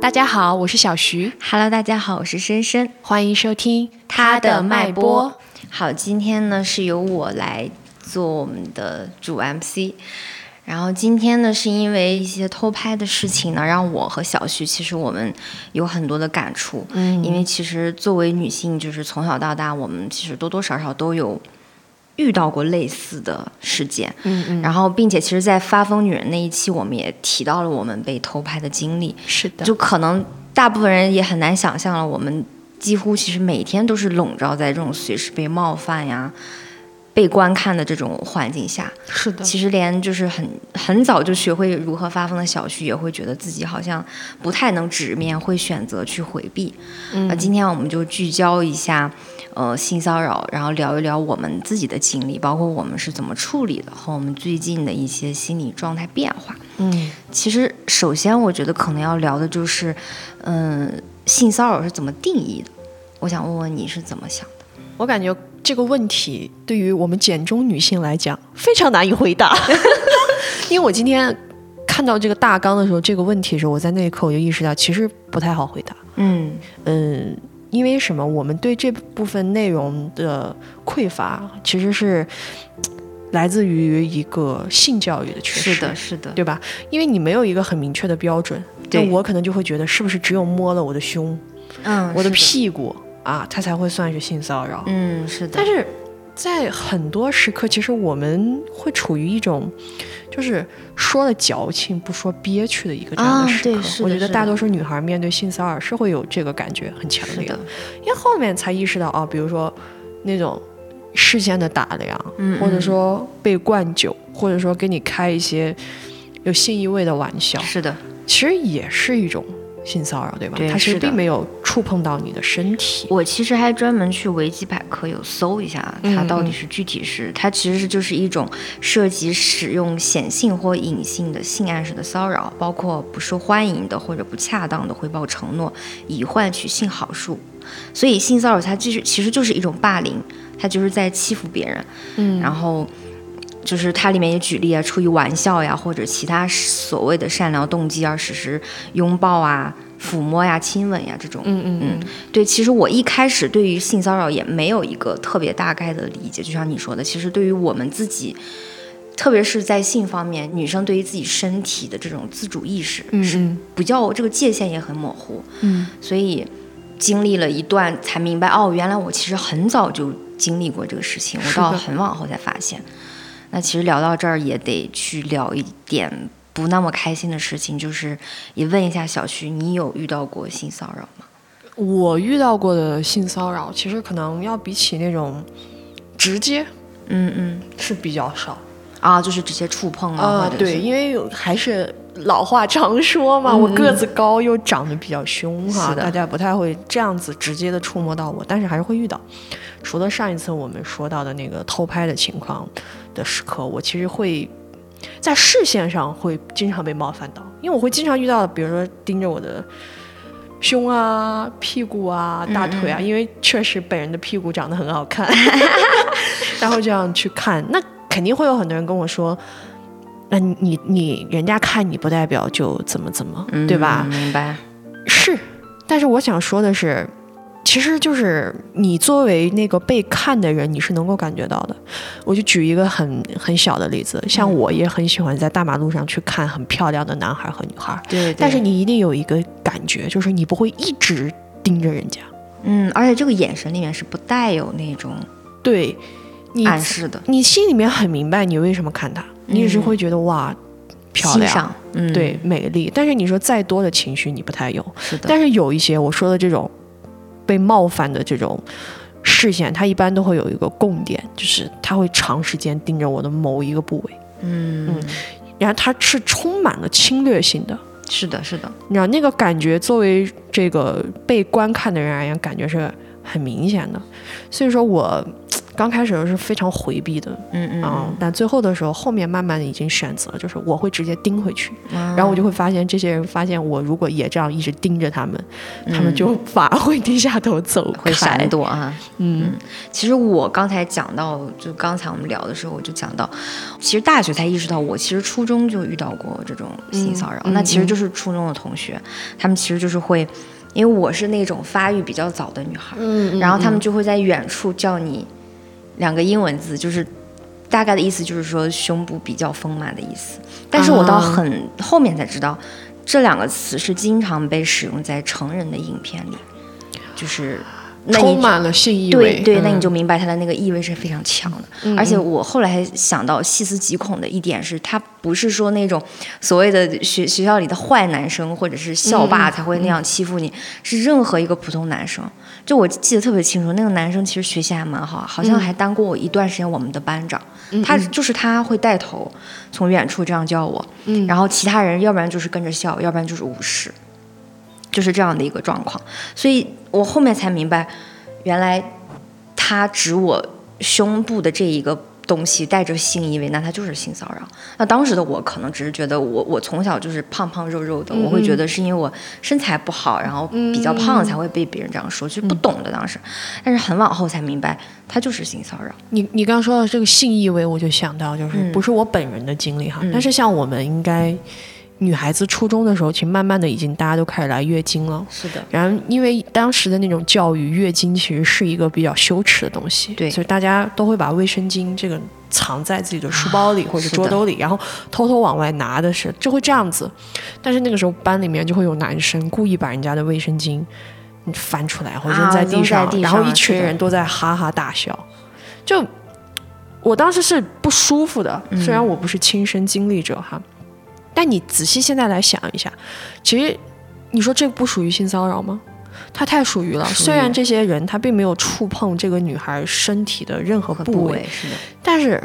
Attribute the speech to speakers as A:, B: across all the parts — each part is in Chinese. A: 大家好，我是小徐。
B: Hello，大家好，我是深深。
A: 欢迎收听
B: 它的脉搏。好，今天呢是由我来做我们的主 MC。然后今天呢，是因为一些偷拍的事情呢，让我和小徐其实我们有很多的感触。嗯，因为其实作为女性，就是从小到大，我们其实多多少少都有遇到过类似的事件。嗯嗯。然后，并且其实，在发疯女人那一期，我们也提到了我们被偷拍的经历。
A: 是的，
B: 就可能大部分人也很难想象了，我们几乎其实每天都是笼罩在这种随时被冒犯呀、被观看的这种环境下。
A: 是的
B: 其实连就是很很早就学会如何发疯的小徐，也会觉得自己好像不太能直面，会选择去回避。那、今天我们就聚焦一下，呃，性骚扰，然后聊一聊我们自己的经历，包括我们是怎么处理的和我们最近的一些心理状态变化。
A: 嗯，
B: 其实，首先我觉得可能要聊的就是，嗯，性骚扰是怎么定义的？我想问问你是怎么想的？
A: 我感觉这个问题对于我们简中女性来讲非常难以回 答，因为我今天看到这个大纲的时候，这个问题的时候，我在那一刻我就意识到，其实不太好回答。
B: 嗯
A: 嗯，因为什么？我们对这部分内容的匮乏，其实是嘖来自于一个性教育的缺失。
B: 是的，，是的，
A: 对吧？因为你没有一个很明确的标准，
B: 对
A: 那我可能就会觉得是不是只有摸了我的胸、
B: 嗯，
A: 我的
B: 是
A: 屁股啊，它才会算是性骚扰？
B: 嗯，是的，
A: 但是在很多时刻，其实我们会处于一种就是说了矫情不说憋屈的一个这样
B: 啊
A: 的时
B: 对
A: 刻。
B: 是
A: 我
B: 的
A: 觉得
B: 是
A: 大
B: 的
A: 多数女孩面对性骚扰是会有这个感觉很强
B: 是
A: 烈
B: 的，
A: 因为后面才意识到啊，比如说那种事先的打量，
B: 嗯
A: 或者说被灌酒，或者说给你开一些有性意味的玩笑，
B: 是的，
A: 其实也是一种性骚扰，对吧？
B: 对
A: 它其实
B: 是的
A: 并没有触碰到你的身体。
B: 我其实还专门去维基百科有搜一下，
A: 嗯
B: 它到底是具体是、它其实是就是一种涉及使用显性或隐性的性暗示的骚扰，包括不受欢迎的或者不恰当的回报承诺，以换取性好处。所以性骚扰它就是其实就是一种霸凌，它就是在欺负别人。
A: 嗯
B: 然后就是它里面也举例啊，出于玩笑呀或者其他所谓的善良动机而啊实施拥抱啊、抚摸呀、亲吻呀这种。
A: 嗯嗯嗯，
B: 对，其实我一开始对于性骚扰也没有一个特别大概的理解，就像你说的，其实对于我们自己，特别是在性方面，女生对于自己身体的这种自主意识，
A: 嗯
B: 是
A: 嗯
B: 比较这个界限也很模糊，
A: 嗯，
B: 所以经历了一段才明白，哦，原来我其实很早就经历过这个事情，我
A: 是
B: 到
A: 的
B: 很往后才发现。那其实聊到这儿也得去聊一点不那么开心的事情，就是也问一下小徐，你有遇到过性骚扰吗？
A: 我遇到过的性骚扰，其实可能要比起那种直接
B: 嗯嗯。
A: 是比较少。
B: 啊，就是直接触碰啊，
A: 啊，
B: 或者
A: 对，
B: 是嗯
A: 因为还是老话常说嘛，我个子高又长得比较凶哈，
B: 是的
A: 大家不太会这样子直接的触摸到我，但是还是会遇到。除了上一次我们说到的那个偷拍的情况的时刻，我其实会在视线上会经常被冒犯到，因为我会经常遇到，比如说盯着我的。胸啊，屁股啊，大腿啊，因为确实本人的屁股长得很好看， 然后这样去看，那肯定会有很多人跟我说，那你你你人家看你不代表就怎么怎么，对吧？
B: 嗯明白，
A: 是，但是我想说的是，其实就是你作为那个被看的人，你是能够感觉到的。我就举一个很很小的例子，像我也很喜欢在大马路上去看很漂亮的男孩和女孩，
B: 对。
A: 但
B: 对
A: 是你一定有一个感觉，就是你不会一直盯着人家，
B: 嗯，而且这个眼神里面是不带有那种
A: 对你
B: 暗示的，
A: 你心里面很明白你为什么看她，你只是会觉得哇漂
B: 嗯欣
A: 亮，
B: 赏，嗯，，
A: 对美丽，但是你说再多的情绪你不太有，
B: 是的，
A: 但是有一些我说的这种被冒犯的这种视线，它一般都会有一个共点，就是它会长时间盯着我的某一个部位，
B: 嗯，
A: 然后它是充满了侵略性的。
B: 是的，是的，
A: 你知道那个感觉，作为这个被观看的人而言，感觉是很明显的。所以说我刚开始的时候是非常回避的，
B: 嗯嗯
A: 啊、
B: 嗯，
A: 但最后的时候，后面慢慢已经选择，就是我会直接盯回去，
B: 然
A: 然后我就会发现，这些人发现我如果也这样一直盯着他们，他们就反而会低下头走开，
B: 嗯会闪躲啊。
A: 嗯，
B: 其实我刚才讲到，就刚才我们聊的时候，我就讲到，其实大学才意识到我，其实初中就遇到过这种性骚扰。
A: 嗯
B: 那其实就是初中的同学，他们其实就是会，因为我是那种发育比较早的女孩，
A: 嗯
B: 然后他们就会在远处叫你两个英文字，就是大概的意思就是说胸部比较丰满的意思。但是我
A: 哦
B: 到很后面才知道，这两个词是经常被使用在成人的影片里，就是那你
A: 充满了性意
B: 对
A: 味，
B: 对，那
A: 嗯
B: 你就明白它的那个意味是非常强的。
A: 嗯
B: 而且我后来想到细思极恐的一点是，他不是说那种所谓的学学校里的坏男生或者是校
A: 嗯
B: 霸才会那样欺负你，是任何一个普通男生。就我记得特别清楚，那个男生其实学习还蛮好，好像
A: 嗯
B: 还当过我一段时间我们的班长。他就是他会带头从远处这样叫我，
A: 嗯
B: 然后其他人要不然就是跟着笑，要不然就是无视，就是这样的一个状况。所以我后面才明白，原来他指我胸部的这一个东西带着性意味，那他就是性骚扰。那当时的我可能只是觉得我我从小就是胖胖肉肉的，我会觉得是因为我身材不好，然后比较胖才会被别人这样说，就是不懂的当时。但是很往后才明白，他就是性骚扰。
A: 你你刚说到这个性意味，我就想到就是
B: 嗯
A: 不是我本人的经历哈，但是像我们应该女孩子初中的时候，其实慢慢的已经大家都开始来月经了。
B: 是的，
A: 然后，因为当时的那种教育，月经其实是一个比较羞耻的东西，
B: 对
A: 所以大家都会把卫生巾这个藏在自己的书包里或者
B: 是的
A: 桌兜里，然后偷偷往外拿的是就会这样子。但是那个时候班里面就会有男生故意把人家的卫生巾翻出来，或者扔
B: 啊
A: 在
B: 扔
A: 地
B: 在
A: 上，
B: 地
A: 然后
B: 上
A: 一群
B: 是的
A: 人都在哈哈大笑，就我当时是不舒服的，
B: 嗯
A: 虽然我不是亲身经历者哈，但你仔细现在来想一下，其实你说这不属于性骚扰吗？它太属于了。
B: 属于
A: 虽然这些人他并没有触碰这个女孩身体的任何
B: 和
A: 部位，
B: 位是的，
A: 但是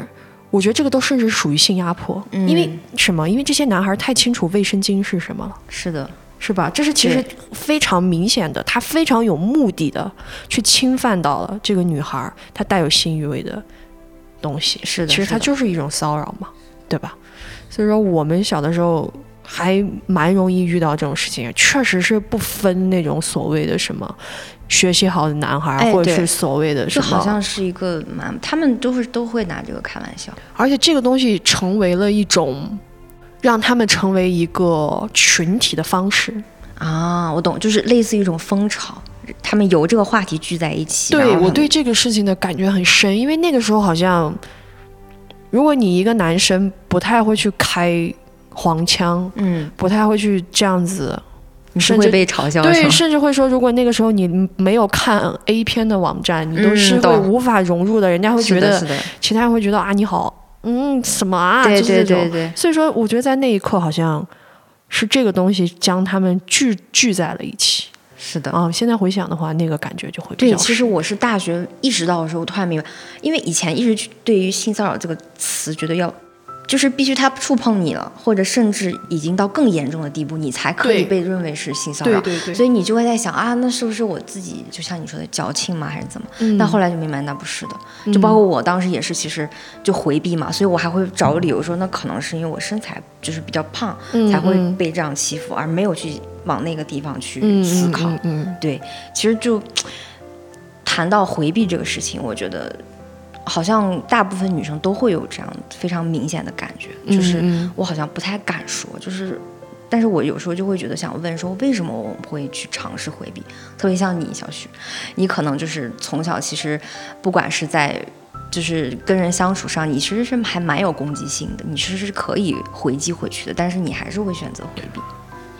A: 我觉得这个都甚至属于性压迫，
B: 嗯
A: 因为什么？因为这些男孩太清楚卫生巾是什么了。
B: 是的，
A: 是吧？这是其实
B: 对
A: 非常明显的，他非常有目的的去侵犯到了这个女孩儿，她带有性欲味的东西。
B: 是的
A: 其实
B: 是
A: 它
B: 的
A: 就是一种骚扰嘛，对吧？所以说我们小的时候还蛮容易遇到这种事情，确实是不分那种所谓的什么学习好的男孩儿，
B: 哎
A: 或者
B: 对
A: 是所谓的什
B: 这
A: 么，
B: 好像是一个蛮，他们都会都会拿这个开玩笑。
A: 而且这个东西成为了一种让他们成为一个群体的方式。
B: 啊，我懂，就是类似于一种风潮，他们由这个话题聚在一起。然后
A: 对
B: 他
A: 我
B: 们
A: 对这个事情的感觉很深，因为那个时候好像，如果你一个男生不太会去开黄腔，
B: 嗯，
A: 不太会去这样子，
B: 你是
A: 甚至
B: 会被嘲笑是
A: 对，
B: 吗？
A: 甚至会说，如果那个时候你嗯没有看 A 片的网站，你都
B: 嗯
A: 是会
B: 懂
A: 无法融入的，人家会觉
B: 是的，
A: 得
B: 是的，
A: 其他人会觉得啊你好，嗯什么啊，
B: 对
A: 就是
B: 对
A: 这种
B: 对对，
A: 所以说，我觉得在那一刻好像是这个东西将他们聚聚在了一起
B: 是的。
A: 啊。现在回想的话，那个感觉就会比
B: 对，
A: 较
B: 其实我是大学意识到的时候，我突然明白，因为以前一直去对于性骚扰这个词，觉得要就是必须他触碰你了，或者甚至已经到更严重的地步，你才可
A: 对
B: 以被认为是性骚
A: 对
B: 扰。
A: 对对
B: 所以你就会在想啊，那是不是我自己就像你说的矫情吗，还是怎么？
A: 嗯
B: 但后来就明白那不是的，就包括我当时也是，其实就回避嘛，所以我还会找个理由说，那可能是因为我身材就是比较胖，
A: 嗯
B: 才会
A: 嗯
B: 被这样欺负，而没有去往那个地方去
A: 嗯
B: 思考。
A: 嗯嗯嗯
B: 对，其实就谈到回避这个事情，我觉得好像大部分女生都会有这样非常明显的感觉，就是
A: 嗯
B: 我好像不太敢说，就是。但是我有时候就会觉得想问说，为什么我会去尝试回避？特别像你小徐，你可能就是从小其实，不管是在就是跟人相处上，你其实是还蛮有攻击性的，你其实是可以回击回去的，但是你还是会选择回避。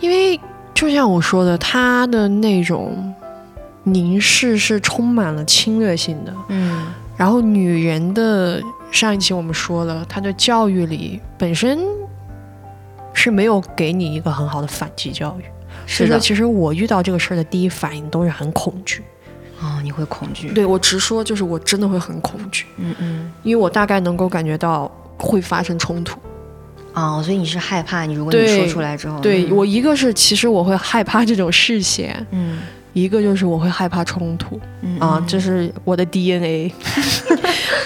A: 因为就像我说的，他的那种凝视是充满了侵略性的。
B: 嗯，
A: 然后女人的上一期我们说了，她的教育里本身是没有给你一个很好的反击教育。所
B: 是
A: 以说，
B: 的，
A: 其实我遇到这个事儿的第一反应都是很恐惧。
B: 哦，你会恐惧。
A: 对我直说，就是我真的会很恐惧，
B: 嗯嗯。
A: 因为我大概能够感觉到会发生冲突。
B: 哦，所以你是害怕，你如果你说
A: 对
B: 出来之后，
A: 对
B: 嗯
A: 我，一个是其实我会害怕这种视线，
B: 嗯
A: 一个就是我会害怕冲突。
B: 嗯
A: 啊，这是我的 DNA。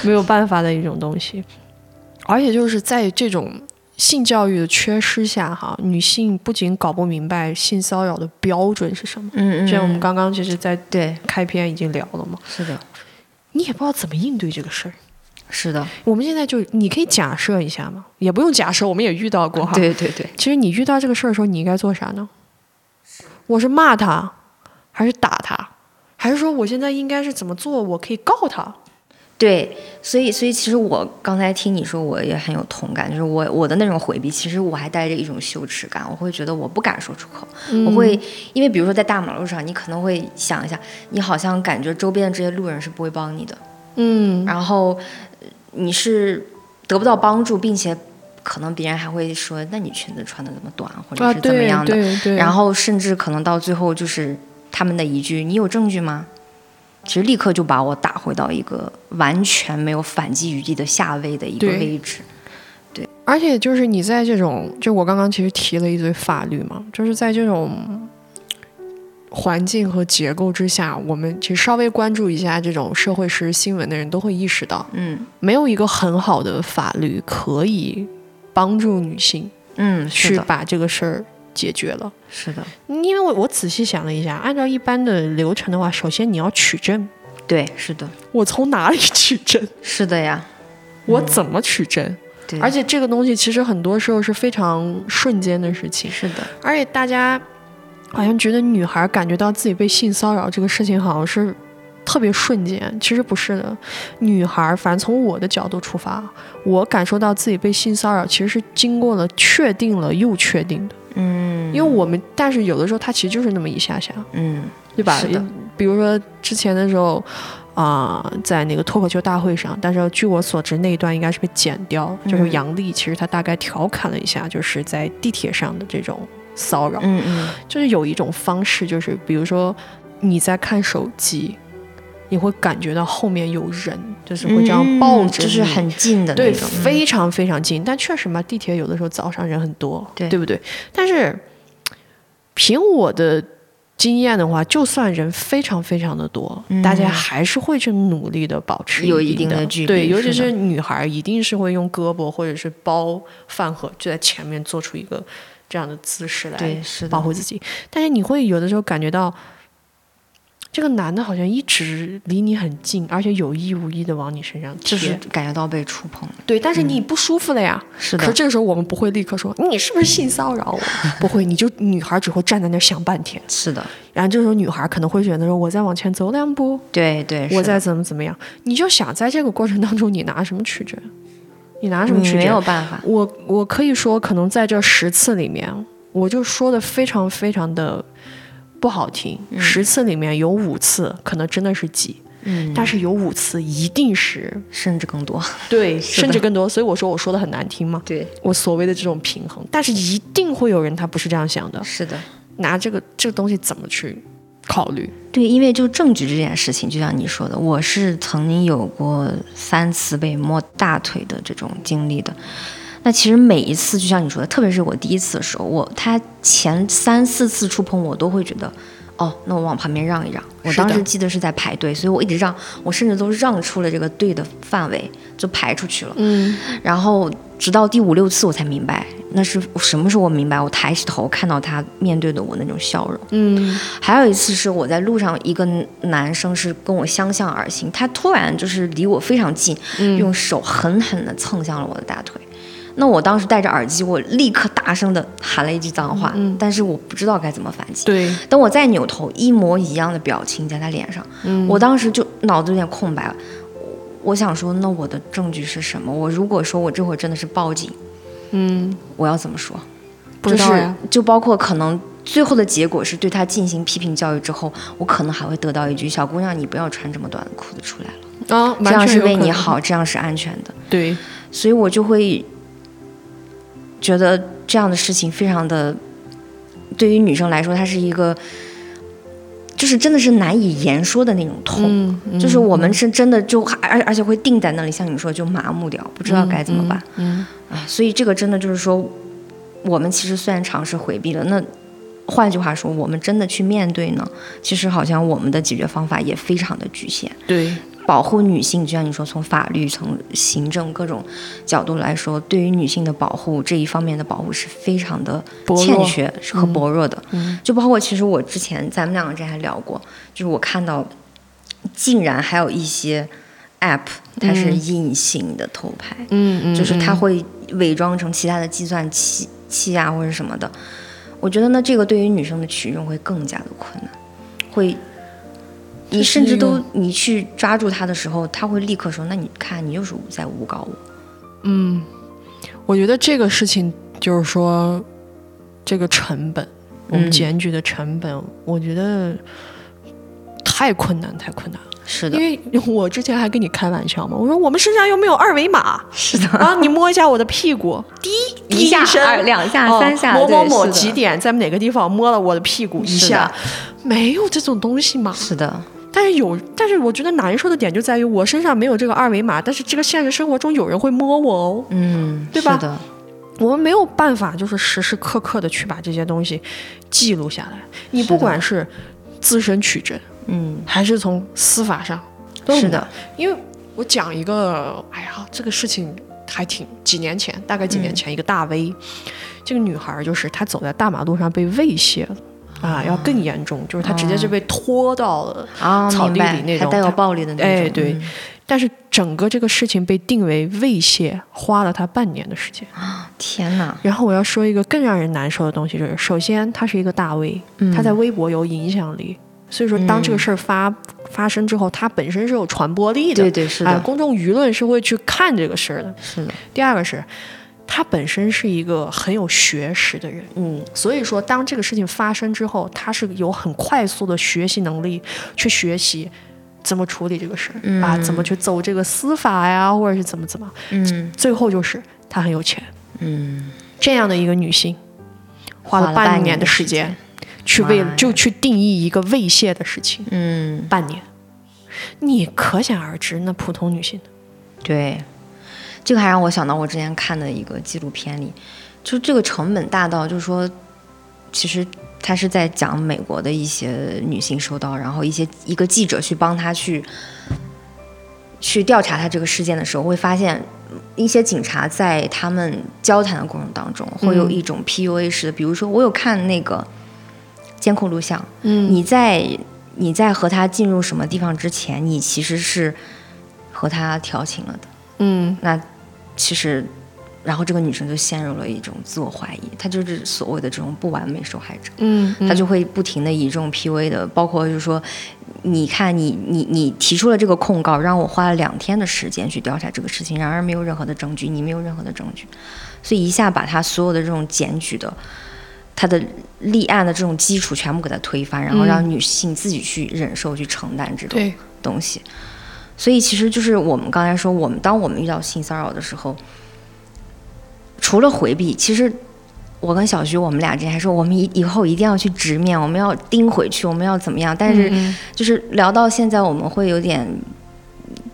A: 没有办法的一种东西。而且就是在这种性教育的缺失下，哈，女性不仅搞不明白性骚扰的标准是什么，
B: 嗯嗯，
A: 就像我们刚刚其实，在
B: 对，
A: 开篇已经聊了嘛，
B: 是的，
A: 你也不知道怎么应对这个事儿。
B: 是的，
A: 我们现在就你可以假设一下嘛，也不用假设，我们也遇到过哈。
B: 对对对，
A: 其实你遇到这个事儿的时候，你应该做啥呢？我是骂他，还是打他，还是说我现在应该是怎么做？我可以告他。
B: 对，所以所以其实我刚才听你说，我也很有同感，就是我我的那种回避，其实我还带着一种羞耻感，我会觉得我不敢说出口，
A: 嗯
B: 我会因为比如说在大马路上，你可能会想一下，你好像感觉周边的这些路人是不会帮你的，
A: 嗯，
B: 然后呃你是得不到帮助，并且可能别人还会说，那你裙子穿的这么短，或者
A: 啊，
B: 是怎么
A: 对
B: 样的，
A: 对对。
B: 然后甚至可能到最后就是他们的一句“你有证据吗”，其实立刻就把我打回到一个完全没有反击余地的下位的一个
A: 对
B: 位置。
A: 而且就是你在这种，就我刚刚其实提了一堆法律嘛，就是在这种环境和结构之下，我们其实稍微关注一下这种社会时事新闻的人都会意识到，
B: 嗯
A: 没有一个很好的法律可以帮助女性
B: 嗯，是
A: 去
B: 的，
A: 把这个事儿解决了。
B: 是的，
A: 因为我我仔细想了一下，按照一般的流程的话，首先你要取证，
B: 对，是的，
A: 我从哪里取证？
B: 是的呀，
A: 我怎么取证？
B: 对，
A: 而且这个东西其实很多时候是非常瞬间的事情，
B: 是的，
A: 而且大家好像觉得女孩感觉到自己被性骚扰这个事情好像是特别瞬间，其实不是的。女孩，反正从我的角度出发，我感受到自己被性骚扰，其实是经过了确定了又确定的，
B: 嗯，
A: 因为我们但是有的时候它其实就是那么一下下，
B: 嗯
A: 对吧
B: 是的？
A: 比如说之前的时候。啊、在那个脱口秀大会上，但是据我所知，那一段应该是被剪掉。就是
B: 嗯
A: 杨笠，其实他大概调侃了一下，就是在地铁上的这种骚扰。
B: 嗯嗯，
A: 就是有一种方式，就是比如说你在看手机，你会感觉到后面有人，就是会这样抱着你，
B: 嗯就是很近
A: 嗯
B: 的
A: 对，
B: 那种，嗯
A: 非常非常近。但确实嘛，地铁有的时候早上人很多，
B: 对
A: 不对？但是凭我的经验的话，就算人非常非常的多，大家还是会去努力的保持
B: 嗯有一
A: 一定
B: 定的
A: 的
B: 距离
A: 对，尤其
B: 是的
A: 是女孩，一定是会用胳膊或者是包饭盒就在前面做出一个这样的姿势来
B: 对，是
A: 保
B: 的，
A: 护自己。但是你会有的时候感觉到，这个男的好像一直离你很近，而且有意无意的往你身上贴。
B: 就是感觉到被触碰了，
A: 对，但是你不舒服了呀。
B: 嗯是
A: 可是
B: 的，
A: 这个时候我们不会立刻说你是不是性骚扰我， 不会，你就女孩只会站在那儿想半天。
B: 是的，
A: 然后这时候女孩可能会选择说我再往前走两步，
B: 对对，
A: 我
B: 是的
A: 再怎么怎么样。你就想在这个过程当中你拿什么取证？你拿什么
B: 你
A: 取
B: 没
A: 证
B: 有？办法，
A: 我我可以说，可能在这十次里面，我就说的非常非常的不好听。十次里面有五次可能真的是急，
B: 嗯，
A: 但是有五次一定是
B: 甚至更多，
A: 对，
B: 的
A: 甚至更多。所以我说我说的很难听嘛，
B: 对，
A: 我所谓的这种平衡，但是一定会有人他不是这样想的。
B: 是的。
A: 拿这个这个东西怎么去考虑？
B: 对，因为就证据这件事情，就像你说的，我是曾经有过三次被摸大腿的这种经历的。那其实每一次，就像你说的，特别是我第一次的时候，我他前三四次触碰我都会觉得，哦，那我往旁边让一让。我
A: 是
B: 当时
A: 的
B: 记得是在排队，所以我一直让，我甚至都让出了这个队的范围，就排出去了。
A: 嗯，
B: 然后直到第五六次我才明白，那是什么时候我明白，我抬起头看到他面对的我那种笑容。
A: 嗯，
B: 还有一次是我在路上，一个男生是跟我相向而行，他突然就是离我非常近，用手狠狠地蹭向了我的大腿。那我当时戴着耳机，我立刻大声地喊了一句脏话，但是我不知道该怎么反击。
A: 对，
B: 等我再扭头，一模一样的表情在他脸上，我当时就脑子有点空白了。我我想说，那我的证据是什么？我如果说我这会儿真的是报警，
A: 嗯，
B: 我要怎么说？
A: 不
B: 就
A: 知道
B: 是
A: 呀。
B: 就包括可能最后的结果是对他进行批评教育之后，我可能还会得到一句：“小姑娘，你不要穿这么短的裤子出来了，
A: 啊，
B: 这
A: 完
B: 样
A: 全
B: 是
A: 有
B: 为
A: 可
B: 你
A: 能。
B: 好，这样是安全的。
A: 对，”
B: 所以我就会觉得这样的事情非常的，对于女生来说，它是一个，就是真的是难以言说的那种痛。
A: 嗯，嗯
B: 就是我们是真的就而而且会定在那里，像你说就麻木掉，不知道该怎么办。
A: 嗯
B: 啊，所以这个真的就是说，我们其实虽然尝试回避了，那换句话说，我们真的去面对呢，其实好像我们的解决方法也非常的局限。
A: 对，
B: 保护女性，就像你说，从法律、从行政各种角度来说，对于女性的保护这一方面的保护是非常的
A: 薄弱
B: 欠缺和薄弱的。
A: 嗯
B: 就包括其实我之前咱们两个之前还聊过，就是我看到竟然还有一些 app 它是隐形的偷拍，
A: 嗯
B: 就是它会伪装成其他的计算器器啊或者什么的。我觉得呢，这个对于女生的取用会更加的困难，会。你甚至
A: 这是
B: 都你去抓住他的时候，他会立刻说：“那你看，你又是在诬告我。
A: 嗯，我觉得这个事情就是说，这个成本，我们
B: 嗯
A: 检举的成本，我觉得太困难，太困难了。”
B: 是
A: 因
B: 的，
A: 为我之前还跟你开玩笑嘛，我说我们身上又没有二维码，
B: 是的，
A: 然后你摸一下我的屁股，滴滴
B: 一下、
A: 声
B: 二两下、
A: 哦
B: 三下，
A: 某某
B: 对
A: 某
B: 是的
A: 几点在哪个地方摸了我的屁股一
B: 是的
A: 下，没有这种东西嘛。
B: 是的，
A: 但是有，但是我觉得难受的点就在于我身上没有这个二维码，但是这个现实生活中有人会摸我哦，
B: 嗯，
A: 对吧
B: 是的，
A: 我们没有办法就是时时刻刻的去把这些东西记录下来。你不
B: 是的
A: 管是自身取证，
B: 嗯，
A: 还是从司法上，都
B: 是
A: 很
B: 的，
A: 因为我讲一个，哎呀，这个事情还挺几年前，大概几年前，一个大 V，、这个女孩儿就是她走在大马路上被猥亵了。啊，要更严重，就是她直接就被拖到了，
B: 啊，
A: 草
B: 明
A: 地
B: 白
A: 里那
B: 还
A: 种
B: 带有
A: 它
B: 暴力的那种，
A: 哎，对。但是整个这个事情被定为猥亵，花了她半年的时间。
B: 啊天哪，
A: 然后我要说一个更让人难受的东西，就是首先他是一个大 V，、他在微博有影响力，所以说当这个事儿发、发生之后，他本身是有传播力的，
B: 对对是
A: 啊、
B: 的，
A: 公众舆论是会去看这个事儿的。
B: 是的，
A: 第二个是，他本身是一个很有学识的人，
B: 嗯，
A: 所以说当这个事情发生之后，他是有很快速的学习能力去学习。怎么处理这个事儿、啊？怎么去走这个司法呀，或者是怎么怎么？
B: 嗯
A: 最后就是他很有钱，
B: 嗯，
A: 这样的一个女性，花
B: 花
A: 了
B: 了半
A: 半
B: 年
A: 的
B: 的
A: 时
B: 时
A: 间
B: 间
A: 去为
B: 妈呀
A: 就去定义一个猥亵的事情，
B: 嗯，
A: 半年，你可想而知，那普通女性
B: 对，这个还让我想到我之前看的一个纪录片里，就这个成本大到，就是说，其实他是在讲美国的一些女性受到，然后一些一个记者去帮她去去调查她这个事件的时候，会发现一些警察在他们交谈的过程当中，会有一种 PUA 式的，比如说我有看那个监控录像，
A: 嗯
B: 你在你在和他进入什么地方之前，你其实是和他调情了的。
A: 嗯
B: 那其实，然后这个女生就陷入了一种自我怀疑，她就是所谓的这种不完美受害者，
A: 嗯，
B: 她就会不停的以这种 PUA 的，包括就是说，你看你你你提出了这个控告，让我花了两天的时间去调查这个事情，然而没有任何的证据，你没有任何的证据，所以一下把她所有的这种检举的。她的立案的这种基础全部给她推翻，然后让女性自己去忍受、去承担这种
A: 对，
B: 东西。所以其实就是我们刚才说，我们当我们遇到性骚扰的时候，除了回避，其实我跟小徐我们俩之前还说，我们以以后一定要去直面，我们要盯回去，我们要怎么样？但是
A: 嗯
B: 就是聊到现在，我们会有点。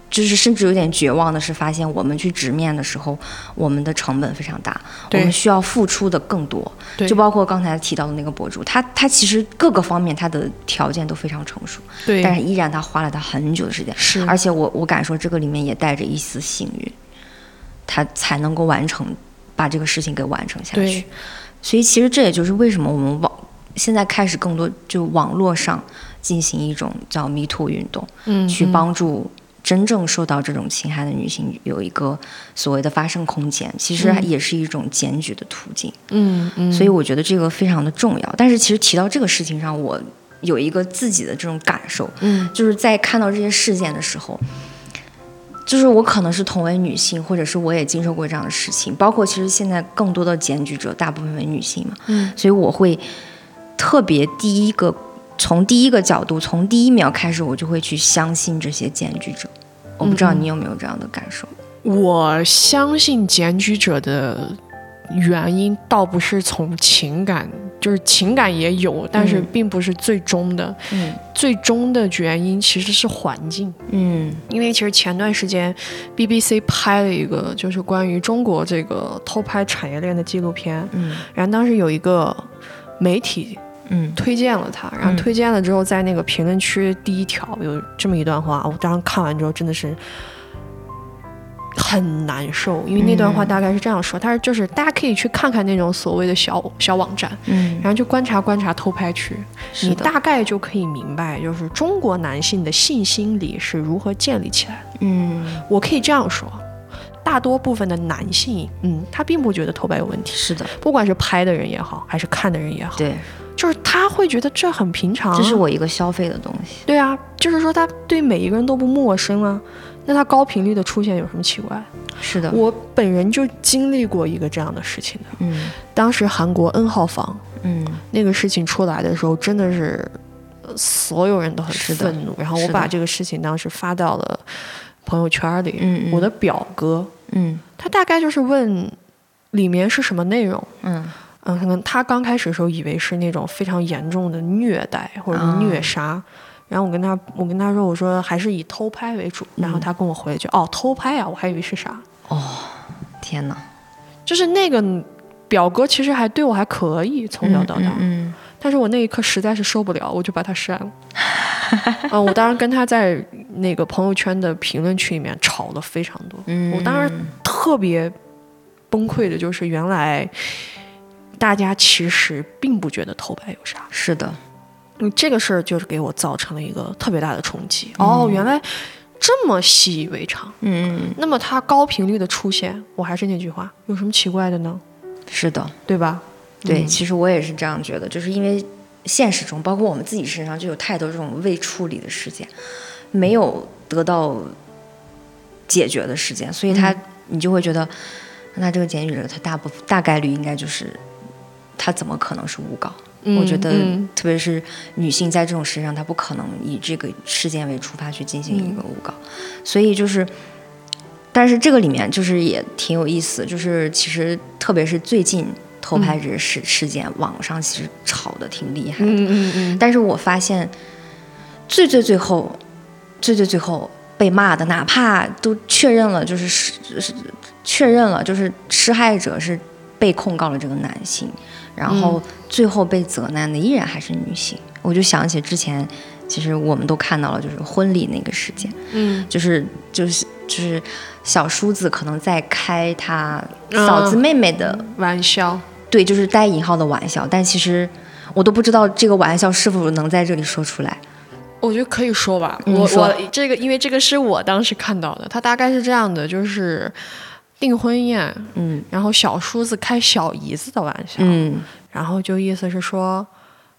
B: 就是甚至有点绝望的是，发现我们去直面的时候，我们的成本非常大，我
A: 对
B: 们需要付出的更多。
A: 对
B: 就包括刚才提到的那个博主，他他其实各个方面他的条件都非常成熟，
A: 对
B: 但是依然他花了他很久的时间，
A: 是
B: 而且我我敢说这个里面也带着一丝幸运，他才能够完成把这个事情给完成下去
A: 对。
B: 所以其实这也就是为什么我们网现在开始更多就网络上进行一种叫 Me Too 运动，
A: 嗯
B: 去帮助真正受到这种侵害的女性有一个所谓的发声空间，其实也是一种检举的途径。
A: 嗯嗯，
B: 所以我觉得这个非常的重要。但是其实提到这个事情上，我有一个自己的这种感受，
A: 嗯，
B: 就是在看到这些事件的时候，就是我可能是同为女性，或者是我也经受过这样的事情，包括其实现在更多的检举者大部分为女性嘛，
A: 嗯，
B: 所以我会特别第一个从第一个角度，从第一秒开始，我就会去相信这些检举者。我不知道你有没有这样的感受，
A: 我相信检举者的原因倒不是从情感，就是情感也有，但是
B: 嗯
A: 并不是最终的，
B: 嗯
A: 最终的原因其实是环境。
B: 嗯
A: 因为其实前段时间 BBC 拍了一个就是关于中国这个偷拍产业链的纪录片，
B: 嗯
A: 然后当时有一个媒体
B: 嗯
A: 推荐了他，然后
B: 嗯
A: 推荐了之后，在那个评论区第一条有这么一段话，我当时看完之后真的是很难受，因为那段话
B: 嗯
A: 大概是这样说，他、是就是大家可以去看看那种所谓的小小网站，
B: 嗯，
A: 然后就观察观察偷拍区，
B: 是
A: 你
B: 的，
A: 大概就可以明白，就是中国男性的性心理是如何建立起来的。
B: 嗯，
A: 我可以这样说，大多部分的男性，嗯，他并不觉得偷拍有问题，
B: 是的，
A: 不管是拍的人也好，还是看的人也好，
B: 对，
A: 就是他会觉得这很平常、啊。
B: 这是我一个消费的东西，
A: 对啊，就是说他对每一个人都不陌生啊。那他高频率的出现有什么奇怪？
B: 是的，
A: 我本人就经历过一个这样的事情的。
B: 嗯
A: 当时韩国 N 号房
B: 嗯
A: 那个事情出来的时候，真的是呃所有人都很
B: 是的
A: 愤怒。然后我
B: 是的
A: 把这个事情当时发到了朋友圈里。
B: 嗯嗯
A: 我的表哥，
B: 嗯
A: 他大概就是问里面是什么内容。
B: 嗯
A: 嗯，可能他刚开始的时候以为是那种非常严重的虐待或者是
B: 啊
A: 虐杀。然后我跟他，我跟他说，我说还是以偷拍为主。然
B: 嗯
A: 后他跟我回了一句：“哦，偷拍呀、我还以为是啥。
B: 天哪，”
A: 就是那个表哥其实还对我还可以，从小到大。
B: 嗯
A: 但是我那一刻实在是受不了，我就把他删 了。啊、我当时跟他在那个朋友圈的评论区里面吵了非常多。
B: 嗯，
A: 我当时特别崩溃的就是，原来大家其实并不觉得偷拍有啥。
B: 是的，
A: 嗯，这个事儿就是给我造成了一个特别大的冲击。哦，原来这么习以为常。
B: 嗯
A: 那么它高频率的出现，我还是那句话，有什么奇怪的呢？
B: 是的，
A: 对吧？
B: 对，其实我也是这样觉得，就是因为现实中，包括我们自己身上，就有太多这种未处理的事件，没有得到解决的事件，所以他、你就会觉得，那这个检举人他大部分大概率应该就是他怎么可能是诬告？我觉得
A: 嗯，
B: 特别是女性在这种事上，她不可能以这个事件为出发去进行一个诬告，所以就是，但是这个里面就是也挺有意思，就是其实特别是最近偷拍这个事事件，网上其实吵得挺厉害的，
A: 嗯嗯嗯
B: 但是我发现最最最后，最最最后被骂的，哪怕都确认了，就是是是确认了，就是施害者是被控告了这个男性，然后
A: 嗯
B: 最后被责难的依然还是女性。我就想起之前，其实我们都看到了，就是婚礼那个事件，
A: 嗯
B: 就是就是就是小叔子可能在开他
A: 嗯
B: 嫂子妹妹的
A: 嗯，玩笑。
B: 对，就是带引号的玩笑，但其实我都不知道这个玩笑是否能在这里说出来。
A: 我觉得可以说吧，
B: 嗯
A: 我
B: 说
A: 我这个因为这个是我当时看到的，它大概是这样的，就是订婚宴，
B: 嗯
A: 然后小叔子开小姨子的玩笑，
B: 嗯
A: 然后就意思是说，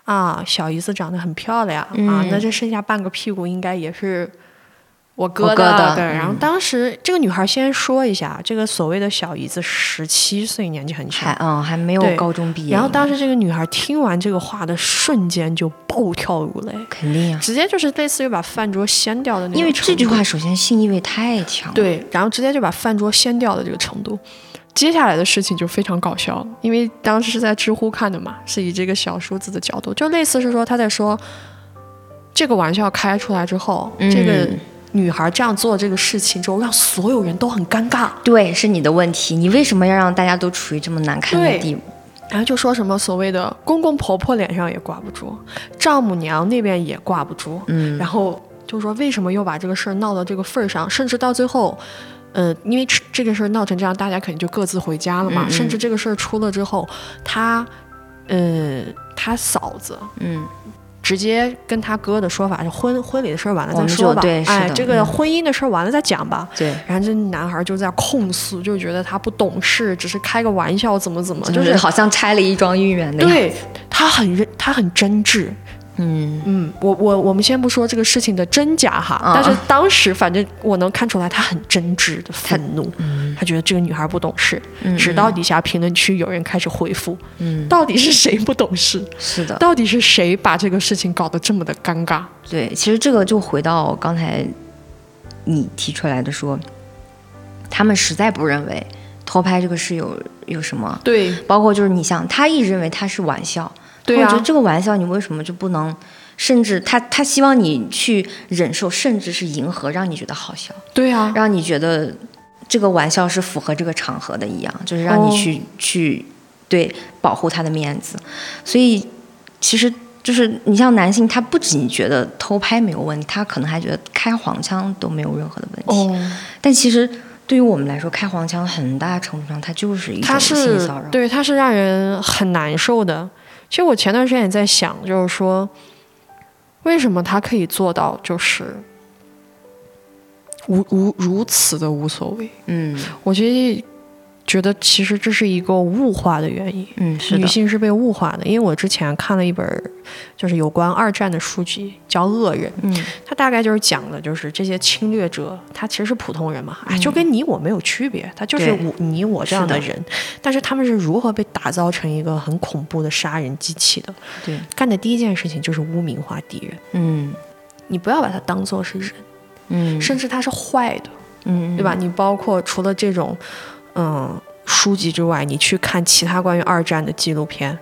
A: 啊，小姨子长得很漂亮、
B: 嗯
A: 啊，那这剩下半个屁股应该也是我哥
B: 我哥的
A: 对，
B: 嗯
A: 然后当时这个女孩先说一下，这个所谓的小姨子十七岁，年纪很小
B: 还。嗯还没有
A: 对
B: 高中毕业，
A: 然后当时这个女孩听完这个话的瞬间就暴跳如雷，
B: 肯定啊，
A: 直接就是类似于把饭桌掀掉的那种
B: 因为这
A: 程
B: 句
A: 度
B: 话首先性意味太强了。，
A: 对，然后直接就把饭桌掀掉的这个程度。接下来的事情就非常搞笑了，因为当时是在知乎看的嘛，是以这个小叔子的角度，就类似是说他在说这个玩笑开出来之后，这个
B: 嗯
A: 女孩这样做这个事情之后，让所有人都很尴尬，
B: 对，是你的问题，你为什么要让大家都处于这么难堪的
A: 对
B: 地步？
A: 然后就说什么所谓的公公婆婆脸上也挂不住，丈母娘那边也挂不住，
B: 嗯
A: 然后就说为什么又把这个事儿闹到这个份儿上，甚至到最后，呃，因为这这个事儿闹成这样，大家肯定就各自回家了嘛。
B: 嗯嗯
A: 甚至这个事儿出了之后，他，呃，他嫂子
B: 嗯，
A: 直接跟他哥的说法是婚婚礼的事儿完了
B: 我
A: 再
B: 们
A: 说
B: 就
A: 吧，
B: 对是
A: 哎，
B: 的嗯
A: 这个婚姻的事儿完了再讲吧。
B: 对，
A: 然后这男孩就在控诉，就觉得他不懂事，只是开个玩笑，怎么怎么，就
B: 就是是好像拆了一桩姻缘那样。，
A: 对他很认，他很真挚。
B: 嗯，
A: 嗯，我我我们先不说这个事情的真假哈，
B: 啊
A: 但是当时反正我能看出来他很真挚的愤怒，他嗯觉得这个女孩不懂事，直到底下评论区有人开始回复，
B: 嗯
A: 到底是谁不懂事，
B: 是的，
A: 到底是谁把这个事情搞得这么的尴尬？
B: 对，其实这个就回到刚才你提出来的说，他们实在不认为偷拍这个是有有什么，
A: 对
B: 包括就是你像他一认为他是玩笑，
A: 对
B: 我觉
A: 啊
B: 得，这个玩笑你为什么就不能？甚至他他希望你去忍受，甚至是迎合，让你觉得好笑，
A: 对啊，
B: 让你觉得这个玩笑是符合这个场合的一样，就是让你
A: 哦
B: 去、去对保护他的面子，所以其实就是你像男性，他不仅觉得偷拍没有问题，他可能还觉得开黄腔都没有任何的问题。
A: 哦，
B: 但其实对于我们来说，开黄腔很大程度上它就是一
A: 它
B: 种性
A: 是
B: 骚扰。
A: 对，它是让人很难受的。其实我前段时间也在想，就是说，为什么他可以做到，就是无无如此的无所谓？
B: 嗯
A: 我觉得，觉得其实这是一个物化的原因。
B: 嗯，是
A: 女
B: 的，
A: 性是被物化的，因为我之前看了一本儿就是有关二战的书籍，叫《恶人》，
B: 嗯
A: 它大概就是讲的就是这些侵略者，他其实是普通人嘛，哎，就跟你我没有区别，他就是
B: 嗯对
A: 我你我这样的
B: 是
A: 人，但是他们是如何被打造成一个很恐怖的杀人机器的？
B: 对，
A: 干的第一件事情就是污名化敌人，
B: 嗯
A: 你不要把他当做是人，
B: 嗯
A: 甚至他是坏的，
B: 嗯，
A: 对吧？你包括除了这种，嗯，书籍之外，你去看其他关于二战的纪录片，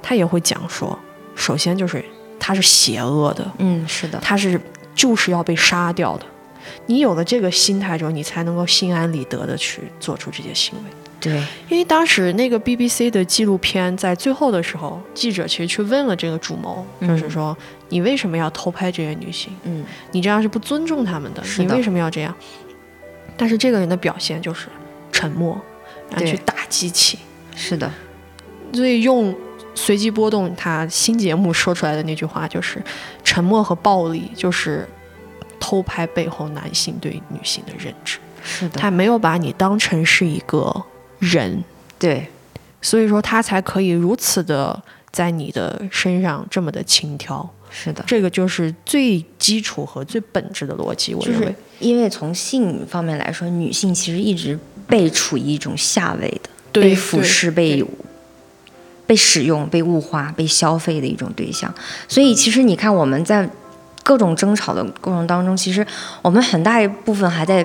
A: 他也会讲说，首先就是他是邪恶的，
B: 嗯是的，
A: 他是就是要被杀掉的。你有了这个心态之后，你才能够心安理得的去做出这些行为。
B: 对，
A: 因为当时那个 BBC 的纪录片在最后的时候，记者其实去问了这个主谋，就是说你为什么要偷拍这些女性？
B: 嗯
A: 你这样是不尊重他们的，
B: 是
A: 你
B: 的
A: 为什么要这样？但是这个人的表现就是沉默，然后
B: 对
A: 去打机器，
B: 是的，
A: 所以用随机波动他新节目说出来的那句话就是：沉默和暴力就是偷拍背后男性对女性的认知，
B: 是的，
A: 他没有把你当成是一个人，
B: 对，
A: 所以说他才可以如此的在你的身上这么的轻佻。
B: 是的。
A: 这个就是最基础和最本质的逻辑，我
B: 就
A: 认为。
B: 是因为从性方面来说，女性其实一直被处于一种下位的，
A: 对
B: 被俯视、
A: 对
B: 被被使用、被物化、被消费的一种对象。所以，其实你看我们在各种争吵的过程当中，其实我们很大一部分还在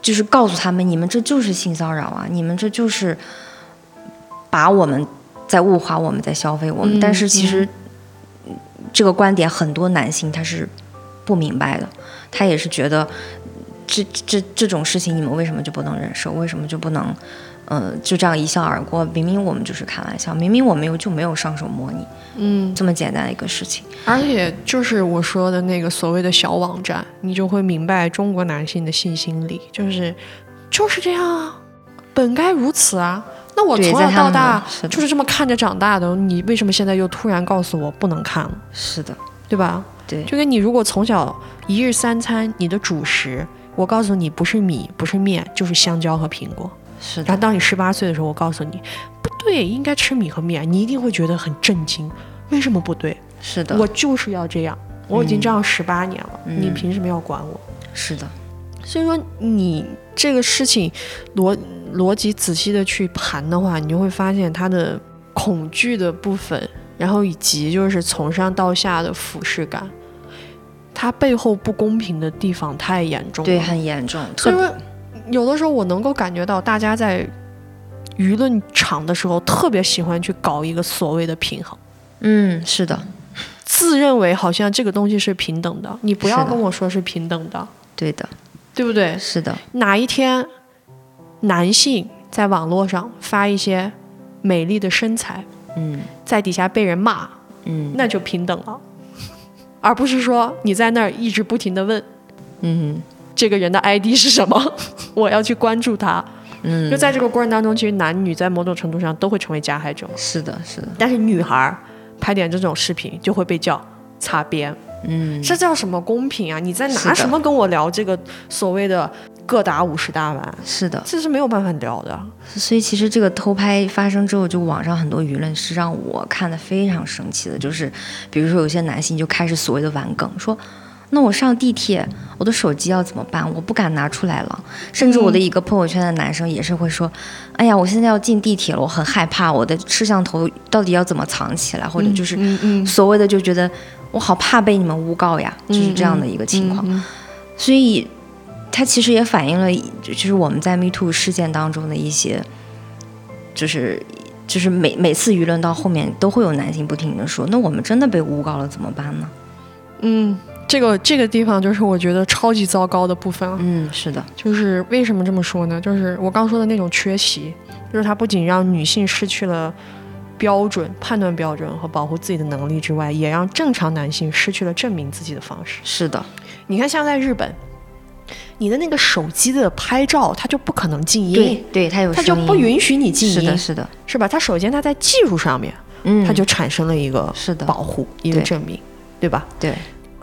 B: 就是告诉他们，你们这就是性骚扰啊，你们这就是把我们在物化，我们在消费我们。
A: 嗯
B: 但是其实这个观点，很多男性他是不明白的，他也是觉得这这这种事情你们为什么就不能忍受？为什么就不能？呃，就这样一笑而过。明明我们就是开玩笑，明明我们又就没有上手摸你，
A: 嗯，
B: 这么简单的一个事情。
A: 而且就是我说的那个所谓的小网站，你就会明白中国男性的性心理，就是就是这样啊，本该如此啊。那我
B: 对
A: 从
B: 在
A: 小
B: 他
A: 到
B: 们
A: 大
B: 那是的
A: 就是这么看着长大的，你为什么现在又突然告诉我不能看了，
B: 是的，
A: 对吧？
B: 对，
A: 就跟你如果从小一日三餐你的主食，我告诉你不是米不是面就是香蕉和苹果，
B: 是
A: 然
B: 的，
A: 后当你十八岁的时候，我告诉你不对，应该吃米和面，你一定会觉得很震惊，为什么不对？
B: 是的，
A: 我就是要这样，我已经这样十八年了，
B: 嗯
A: 你凭什么要管我？
B: 是的，
A: 所以说，你这个事情逻逻辑仔细的去盘的话，你就会发现它的恐惧的部分，然后以及就是从上到下的俯视感，它背后不公平的地方太严重了。
B: 对，很严重，
A: 所
B: 特
A: 以说，有的时候我能够感觉到大家在舆论场的时候，特别喜欢去搞一个所谓的平衡。
B: 嗯，是的，
A: 自认为好像这个东西是平等的，你不
B: 是
A: 要
B: 的
A: 跟我说是平等的，
B: 对的，
A: 对不对？
B: 是的，
A: 哪一天男性在网络上发一些美丽的身材，
B: 嗯
A: 在底下被人骂，
B: 嗯
A: 那就平等了， 而不是说你在那儿一直不停的问
B: 嗯
A: 这个人的 ID 是什么， 我要去关注他。就
B: 嗯，
A: 在这个过程当中，其实男女在某种程度上都会成为加害者，
B: 是的，是的，
A: 但是女孩儿拍点这种视频就会被叫擦边。
B: 嗯，
A: 这叫什么公平啊？你在
B: 是
A: 拿
B: 的
A: 什么跟我聊这个所谓的各打五十大板？
B: 是的，
A: 这是没有办法聊的。
B: 所以其实这个偷拍发生之后，就网上很多舆论是让我看的非常生气的，就是比如说有些男性就开始所谓的玩梗，说那我上地铁，我的手机要怎么办？我不敢拿出来了。甚至我的一个朋友圈的男生也是会说，哎呀，我现在要进地铁了，我很害怕，我的摄像头到底要怎么藏起来？或者就是
A: 嗯嗯
B: 所谓的就觉得我好怕被你们诬告呀，就是
A: 嗯
B: 这样的一个情况。所以它其实也反映了，就是我们在 Me Too 事件当中的一些，就是就是每每次舆论到后面都会有男性不停的说，那我们真的被诬告了怎么办呢？
A: 嗯，这个这个地方就是我觉得超级糟糕的部分啊。
B: 嗯，是的，
A: 就是为什么这么说呢？就是我刚说的那种缺席，就是它不仅让女性失去了标准、判断标准和保护自己的能力之外，也让正常男性失去了证明自己的方式。
B: 是的，
A: 你看，像在日本，你的那个手机的拍照，它就不可能静
B: 对
A: 音，
B: 对，它有
A: 它
B: 声
A: 就不
B: 音
A: 允许你静
B: 是
A: 音，
B: 的，是的，
A: 是吧？它首先它在技术上面，
B: 嗯，
A: 它就产生了一个
B: 是的
A: 保护，一个
B: 对
A: 证明，对吧？
B: 对，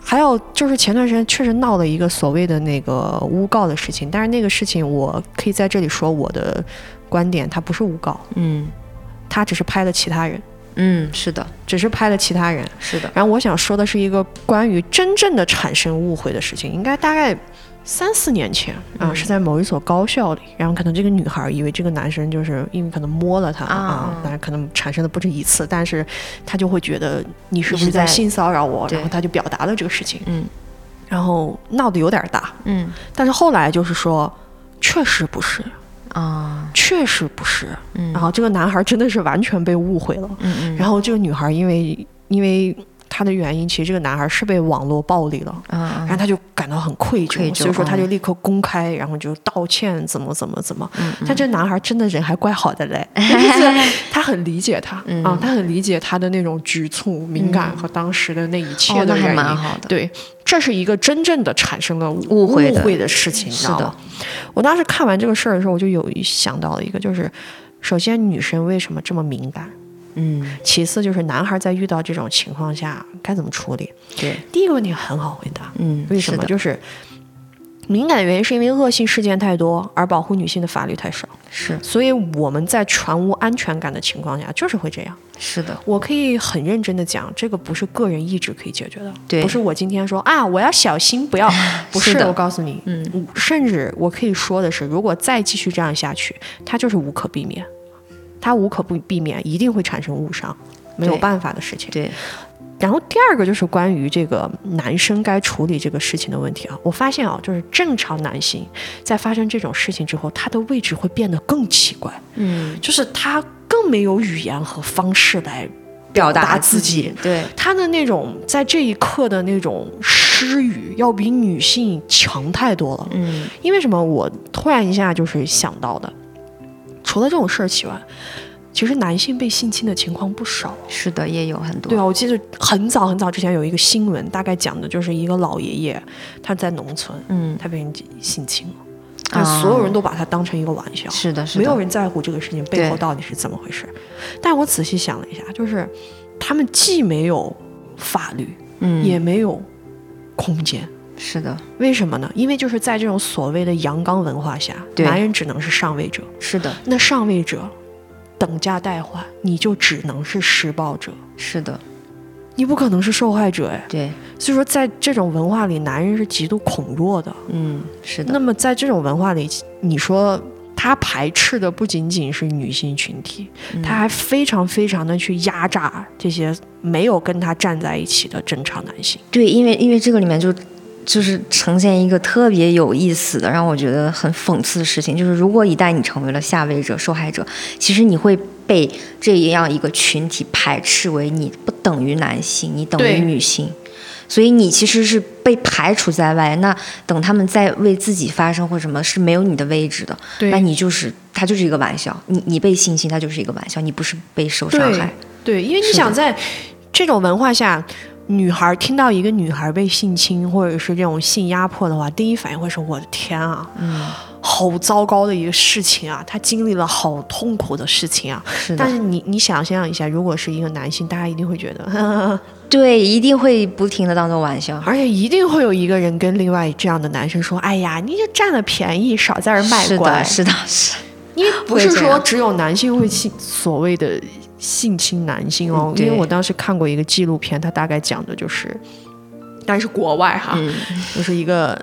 A: 还有就是前段时间确实闹了一个所谓的那个诬告的事情，但是那个事情我可以在这里说我的观点，它不是诬告，
B: 嗯
A: 它只是拍了其他人，
B: 嗯，是的，
A: 只是拍了其他人。
B: 是的，
A: 然后我想说的是一个关于真正的产生误会的事情，应该大概三四年前啊，
B: 嗯
A: 是在某一所高校里，然后可能这个女孩以为这个男生就是因为可能摸了她啊
B: 啊，
A: 但是可能产生的不止一次，但是她就会觉得你是不
B: 你
A: 是
B: 是在
A: 在性骚扰我，
B: 对
A: 然后她就表达了这个事情，
B: 嗯
A: 然后闹得有点大，
B: 嗯
A: 但是后来就是说，确实不是，
B: 啊，
A: 确实不是。
B: 嗯
A: 然后这个男孩真的是完全被误会了。
B: 嗯
A: 然后这个女孩因为因为她的原因，其实这个男孩是被网络暴力了。
B: 嗯啊
A: 然后她就感到很愧疚，
B: 愧疚
A: 所以说她
B: 嗯
A: 就立刻公开，然后就道歉，怎么怎么怎么。
B: 嗯
A: 但这男孩真的人还怪好的 嘞，就是他很理解她
B: 嗯
A: 啊，他很理解她的那种局促、敏感和当时的那一切
B: 哦，
A: 的
B: 那
A: 原
B: 还
A: 因。
B: 蛮好的，
A: 对，这是一个真正的产生了
B: 误会
A: 误
B: 的
A: 会的事情，你知
B: 是
A: 道
B: 的
A: 吗？我当时看完这个事儿的时候，我就有一想到了一个，就是首先女生为什么这么敏感，
B: 嗯，
A: 其次就是男孩在遇到这种情况下该怎么处理。
B: 对，
A: 第一个问题很好回答，
B: 嗯，
A: 为什
B: 是
A: 么？
B: 的
A: 就是敏感的原因是因为恶性事件太多，而保护女性的法律太少，
B: 是
A: 所以我们在全无安全感的情况下就是会这样。
B: 是的，
A: 我可以很认真的讲，这个不是个人意志可以解决的，
B: 对
A: 不是我今天说啊，我要小心， 不要，不
B: 是的
A: 我告诉你，嗯，甚至我可以说的是，如果再继续这样下去，它就是无可避免，它无可不避免，一定会产生误伤，没有
B: 对
A: 办法的事情。
B: 对，
A: 然后第二个就是关于这个男生该处理这个事情的问题啊，我发现啊，就是正常男性在发生这种事情之后，他的位置会变得更奇怪，
B: 嗯，
A: 就是他更没有语言和方式来
B: 表
A: 达
B: 达
A: 自己
B: 己，对，
A: 他的那种在这一刻的那种失语，要比女性强太多了。
B: 嗯
A: 因为什么？我突然一下就是想到的，除了这种事儿以外，其实男性被性侵的情况不少。
B: 是的，也有很
A: 对
B: 多，
A: 啊，我记得很早很早之前有一个新闻，大概讲的就是一个老爷爷，他在农村，
B: 嗯，
A: 他被人性侵了，但所有人都把他当成一个玩笑。
B: 是的，是
A: 没有
B: 的，
A: 人在乎这个事情背后
B: 对
A: 到底是怎么回事。但我仔细想了一下，就是他们既没有法律，
B: 嗯
A: 也没有空间。
B: 是的，
A: 为什么呢？因为就是在这种所谓的阳刚文化下，
B: 对
A: 男人只能是上位者，
B: 是的，
A: 那上位者等价代换，你就只能是施暴者，
B: 是的，
A: 你不可能是受害者哎。
B: 对，
A: 所以说，在这种文化里，男人是极度恐弱的。
B: 嗯，是的，
A: 那么在这种文化里，你说他排斥的不仅仅是女性群体，
B: 嗯
A: 他还非常非常的去压榨这些没有跟他站在一起的正常男性。
B: 对，因为因为这个里面就就是呈现一个特别有意思的，让我觉得很讽刺的事情，就是如果一旦你成为了下位者、受害者，其实你会被这样一个群体排斥为你不等于男性，你等
A: 对
B: 于女性。所以你其实是被排除在外，那等他们再为自己发声或什么是没有你的位置的，
A: 对
B: 那你就是他就是一个玩笑，你你被性侵他就是一个玩笑，你不是被受伤
A: 对
B: 害，
A: 对，因为你
B: 是
A: 想
B: 的
A: 在这种文化下。女孩听到一个女孩被性侵或者是这种性压迫的话，第一反应会是我的天啊，
B: 嗯，
A: 好糟糕的一个事情啊！她经历了好痛苦的事情啊。
B: 是的。
A: 但是你你想象一下，如果是一个男性，大家一定会觉得，呵呵呵
B: 对，一定会不停的当做玩笑。
A: 而且一定会有一个人跟另外这样的男生说：“哎呀，你就占了便宜，少在这儿卖
B: 是
A: 乖
B: 的，。是的，是”
A: 因为不是
B: 会这
A: 说
B: 样
A: 只有男性会性所谓的性侵男性哦
B: 嗯，
A: 因
B: 对
A: 为我当时看过一个纪录片，它大概讲的就是，但是国外哈，
B: 嗯
A: 就是一个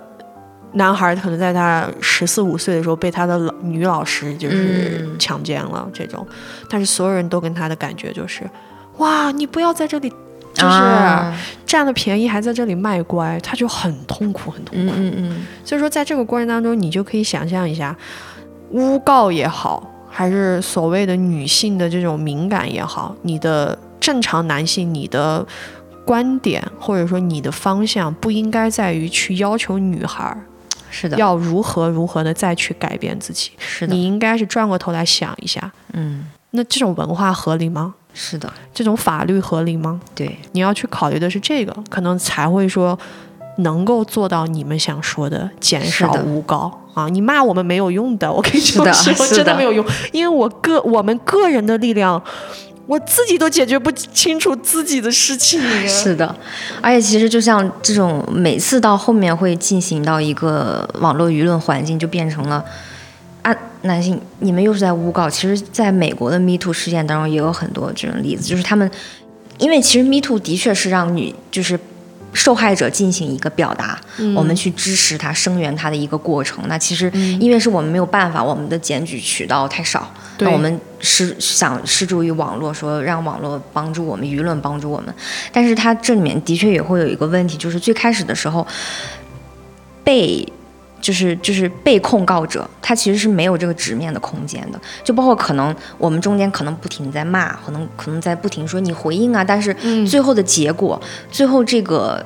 A: 男孩可能在他十四五岁的时候被他的老女老师就是
B: 嗯
A: 强奸了这种，但是所有人都跟他的感觉就是：“哇，你不要在这里。”就是、
B: 啊
A: 占了便宜还在这里卖乖，他就很痛苦，很痛苦。
B: 嗯嗯嗯，
A: 所以说，在这个过程当中，你就可以想象一下，诬告也好，还是所谓的女性的这种敏感也好，你的正常男性，你的观点或者说你的方向，不应该在于去要求女孩儿
B: 是的，
A: 要如何如何的再去改变自己，
B: 是的，
A: 你应该是转过头来想一下，
B: 嗯，
A: 那这种文化合理吗？
B: 是的，
A: 这种法律合理吗？
B: 对，
A: 你要去考虑的是这个，可能才会说能够做到你们想说的减少
B: 是的
A: 诬告啊。你骂我们没有用的，我 可以这么
B: 是
A: 说
B: 的，是的
A: 真的没有用，因为我个我们个人的力量，我自己都解决不清楚自己的事情。
B: 是的，而且其实就像这种，每次到后面会进行到一个网络舆论环境，就变成了啊，男性你们又是在诬告。其实，在美国的 Me Too 事件当中，也有很多这种例子，就是他们因为其实 Me Too 的确是让女就是。受害者进行一个表达，我们去支持他、声援他的一个过程。那其实，因为是我们没有办法，我们的检举渠道太少，
A: 对
B: 那我们施想施助于网络，说让网络帮助我们，舆论帮助我们。但是它这里面的确也会有一个问题，就是最开始的时候，被就是就是被控告者，他其实是没有这个直面的空间的。就包括可能我们中间可能不停在骂，可能可能在不停说你回应啊，但是最后的结果，最后这个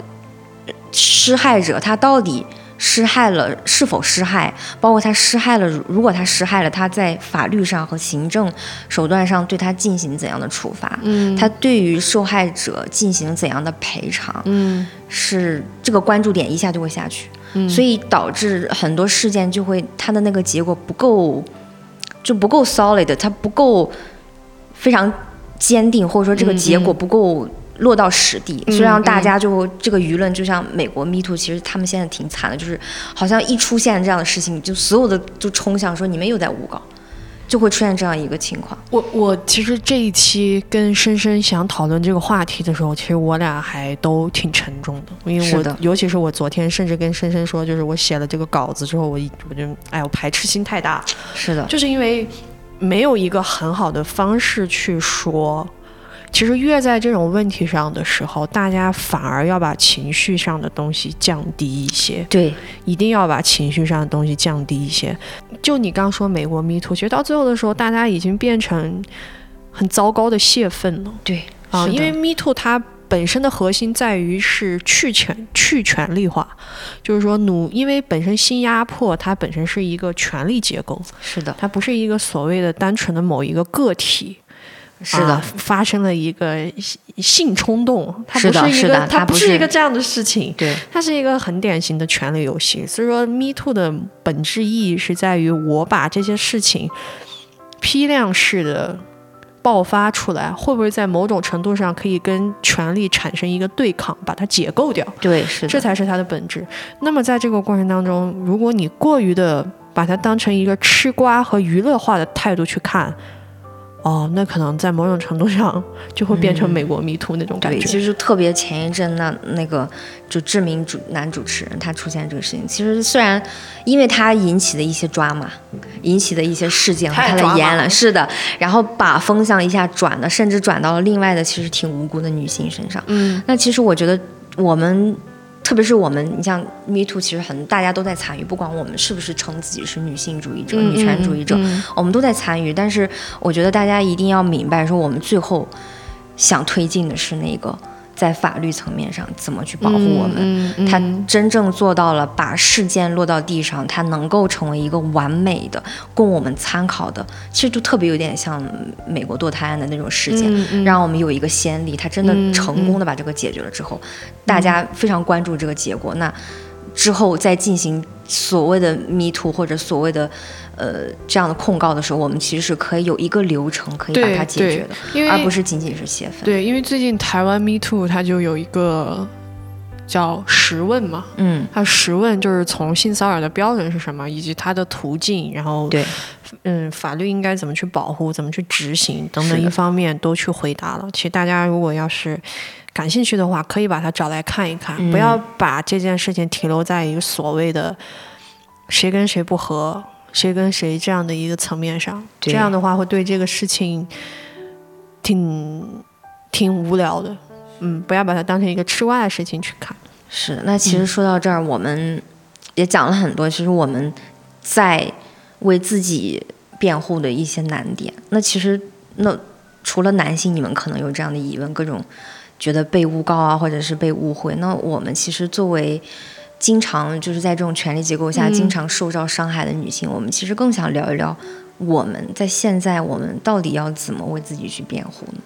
B: 呃施害者他到底。施害了是否施害，包括他施害了，如果他施害了，他在法律上和行政手段上对他进行怎样的处罚？
A: 嗯
B: 他对于受害者进行怎样的赔偿，
A: 嗯
B: 是这个关注点一下就会下去，所以导致很多事件就会它的那个结果不够，就不够 solid，它不够非常坚定，或者说这个结
A: 嗯
B: 果不够落到实地，所以让大家就这个舆论就像美国 Me Too，其实他们现在挺惨的，就是好像一出现这样的事情，就所有的就冲向说你们又在诬告，就会出现这样一个情况。
A: 我我其实这一期跟深深想讨论这个话题的时候，其实我俩还都挺沉重的，因为
B: 是
A: 我
B: 的
A: 尤其是我昨天甚至跟深深说，就是我写了这个稿子之后，我一我就哎我排斥心太大，
B: 是的，
A: 就是因为没有一个很好的方式去说。其实越在这种问题上的时候，大家反而要把情绪上的东西降低一些。
B: 对，
A: 一定要把情绪上的东西降低一些。就你刚说美国 Me Too，其实到最后的时候，大家已经变成很糟糕的泄愤了
B: 对
A: 啊！
B: 是的
A: 因为 Me Too 它本身的核心在于是去权去权力化，就是说奴，因为本身性压迫它本身是一个权力结构，
B: 是的，
A: 它不是一个所谓的单纯的某一个个体。
B: 是的
A: 啊，发生了一个性性冲动，它
B: 是的
A: 不一
B: 是
A: 个，
B: 的
A: 它
B: 它
A: 不
B: 不
A: 是一
B: 是
A: 个这样的事情。
B: 对，
A: 它是一个很典型的权力游戏。所以说，Me Too 的本质意义是在于我把这些事情批量式的爆发出来，会不会在某种程度上可以跟权力产生一个对抗，把它解构掉？
B: 对，是的，
A: 这才是它的本质。那么在这个过程当中，如果你过于的把它当成一个吃瓜和娱乐化的态度去看，哦，那可能在某种程度上就会变成美国 Me Too 那种感
B: 嗯对，
A: 觉。
B: 其实就特别前一阵那那个就知名主男主持人他出现这个事情，其实虽然因为他引起的一些抓马，引起的一些事件和
A: 太
B: 他的
A: 抓马
B: 言
A: 了
B: 论，是的，然后把风向一下转的，甚至转到了另外的其实挺无辜的女性身上。
A: 嗯，
B: 那其实我觉得我们。特别是我们，你像 Me Too，其实很大家都在参与，不管我们是不是称自己是女性主义者、
A: 嗯
B: 女权主义者，我们都在参与。但是我觉得大家一定要明白，说我们最后想推进的是那个在法律层面上怎么去保护我们。
A: 嗯嗯
B: 他真正做到了把事件落到地上，它能够成为一个完美的供我们参考的，其实就特别有点像美国堕胎案的那种事件，
A: 嗯嗯
B: 让我们有一个先例，他真的成功的把这个解决了之后，大家非常关注这个结果。那之后再进行所谓的 Me Too 或者所谓的呃这样的控告的时候，我们其实是可以有一个流程可以把
A: 对
B: 它解决
A: 因为
B: 的，而不是仅仅是泄愤。
A: 对，因为最近台湾 Me Too 它就有一个叫十问嘛，
B: 嗯，
A: 它十问就是从性骚扰的标准是什么，以及它的途径，然后
B: 对，
A: 嗯，法律应该怎么去保护，怎么去执行等等
B: 是
A: 一
B: 的
A: 方面都去回答了。其实大家如果要是感兴趣的话，可以把它找来看一
B: 嗯
A: 看，不要把这件事情停留在一个所谓的谁跟谁不和、谁跟谁这样的一个层面上。这
B: 对
A: 样的话，会对这个事情挺挺无聊的。嗯，不要把它当成一个吃瓜的事情去看。
B: 是，那其实说到这儿，我们也讲了很多，其实我们在为自己辩护的一些难点。那其实那除了男性，你们可能有这样的疑问，各种觉得被诬告啊，或者是被误会。那我们其实作为经常就是在这种权力结构下、经常受到伤害的女性，我们其实更想聊一聊。我们在现在，我们到底要怎么为自己去辩护呢？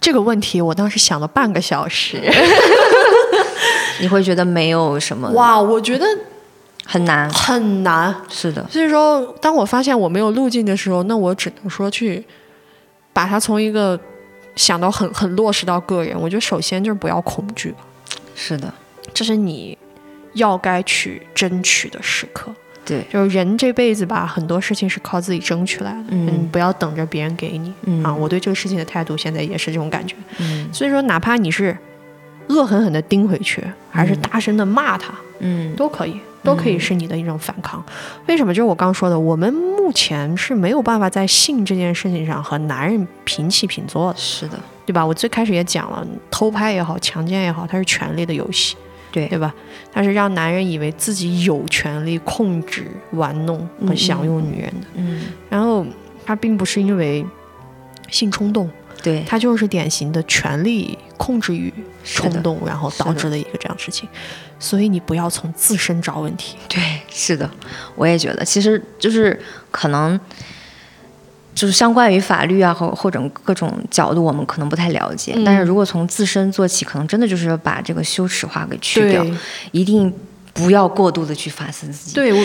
A: 这个问题我当时想了半个小 时。
B: 你会觉得没有什么
A: 哇，我觉得
B: 很难，
A: 很难。
B: 是的，
A: 所以说，当我发现我没有路径的时候，那我只能说去把它从一个想到很很落实到个人。我觉得首先就是不要恐惧吧，
B: 是的，
A: 这是你要该去争取的时刻。
B: 对，
A: 就是人这辈子吧，很多事情是靠自己争取来的，
B: 嗯
A: 不要等着别人给你、
B: 嗯
A: 啊。我对这个事情的态度现在也是这种感觉。
B: 嗯
A: 所以说，哪怕你是恶狠狠的盯回去，还是大声的骂他，
B: 嗯
A: 都可以，都可以是你的一种反抗。为什么？就是我刚说的，我们目前是没有办法在性这件事情上和男人平起平坐的，
B: 是的，
A: 对吧？我最开始也讲了，偷拍也好，强奸也好，它是权力的游戏，
B: 对
A: 对吧？它是让男人以为自己有权利控制、玩弄和享用女人的，
B: 嗯
A: 然后他并不是因为性冲动，
B: 对，
A: 它就是典型的权力控制欲
B: 是
A: 冲
B: 的
A: 动，然后导
B: 是的
A: 致的一个这样的事情。所以你不要从自身找问题。
B: 对，是的，我也觉得，其实就是可能，就是相关于法律啊，或或者各种角度，我们可能不太了解。
A: 嗯
B: 但是如果从自身做起，可能真的就是要把这个羞耻化给去掉
A: 对，
B: 一定不要过度的去反思自己。
A: 对我，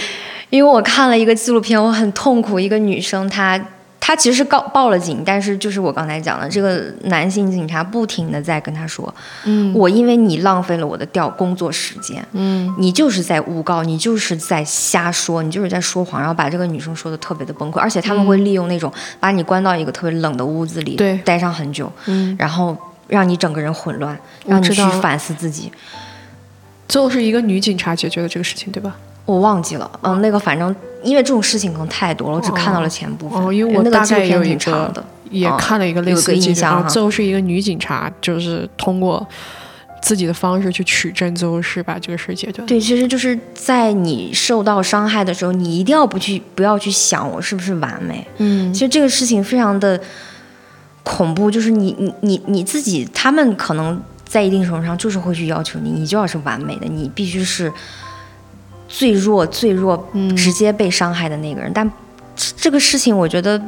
B: 因为我看了一个纪录片，我很痛苦。一个女生她，她其实是告报了警，但是就是我刚才讲的，这个男性警察不停的在跟她说，
A: 嗯
B: 我因为你浪费了我的调工作时间，
A: 嗯，
B: 你就是在诬告，你就是在瞎说，你就是在说谎，然后把这个女生说的特别的崩溃，而且他们会利用那种把你关到一个特别冷的屋子里，
A: 对
B: 待上很久，
A: 嗯，
B: 然后让你整个人混乱，
A: 我
B: 让你
A: 知
B: 去
A: 道
B: 反思自己。
A: 最后是一个女警察解决了这个事情，对吧？
B: 我忘记了，嗯，那个反正因为这种事情可能太多了，我只看到了前部分。
A: 哦，因为我
B: 那
A: 大
B: 个纪录
A: 概有
B: 片
A: 一
B: 挺长
A: 个
B: 的，，嗯
A: 也看了一个类似
B: 有
A: 的
B: 一个
A: 纪
B: 印
A: 录
B: 象
A: 啊
B: 哈
A: 最后是一个女警察，就是通过自己的方式去取证，最后是把这个事解决了。
B: 对，其实就是在你受到伤害的时候，你一定要不去不要去想我是不是完美。
A: 嗯
B: 其实这个事情非常的恐怖，就是你你你你自己，他们可能在一定程度上就是会去要求你，你就要是完美的，你必须是最弱最弱，
A: 嗯
B: 直接被伤害的那个人。但这个事情，我觉得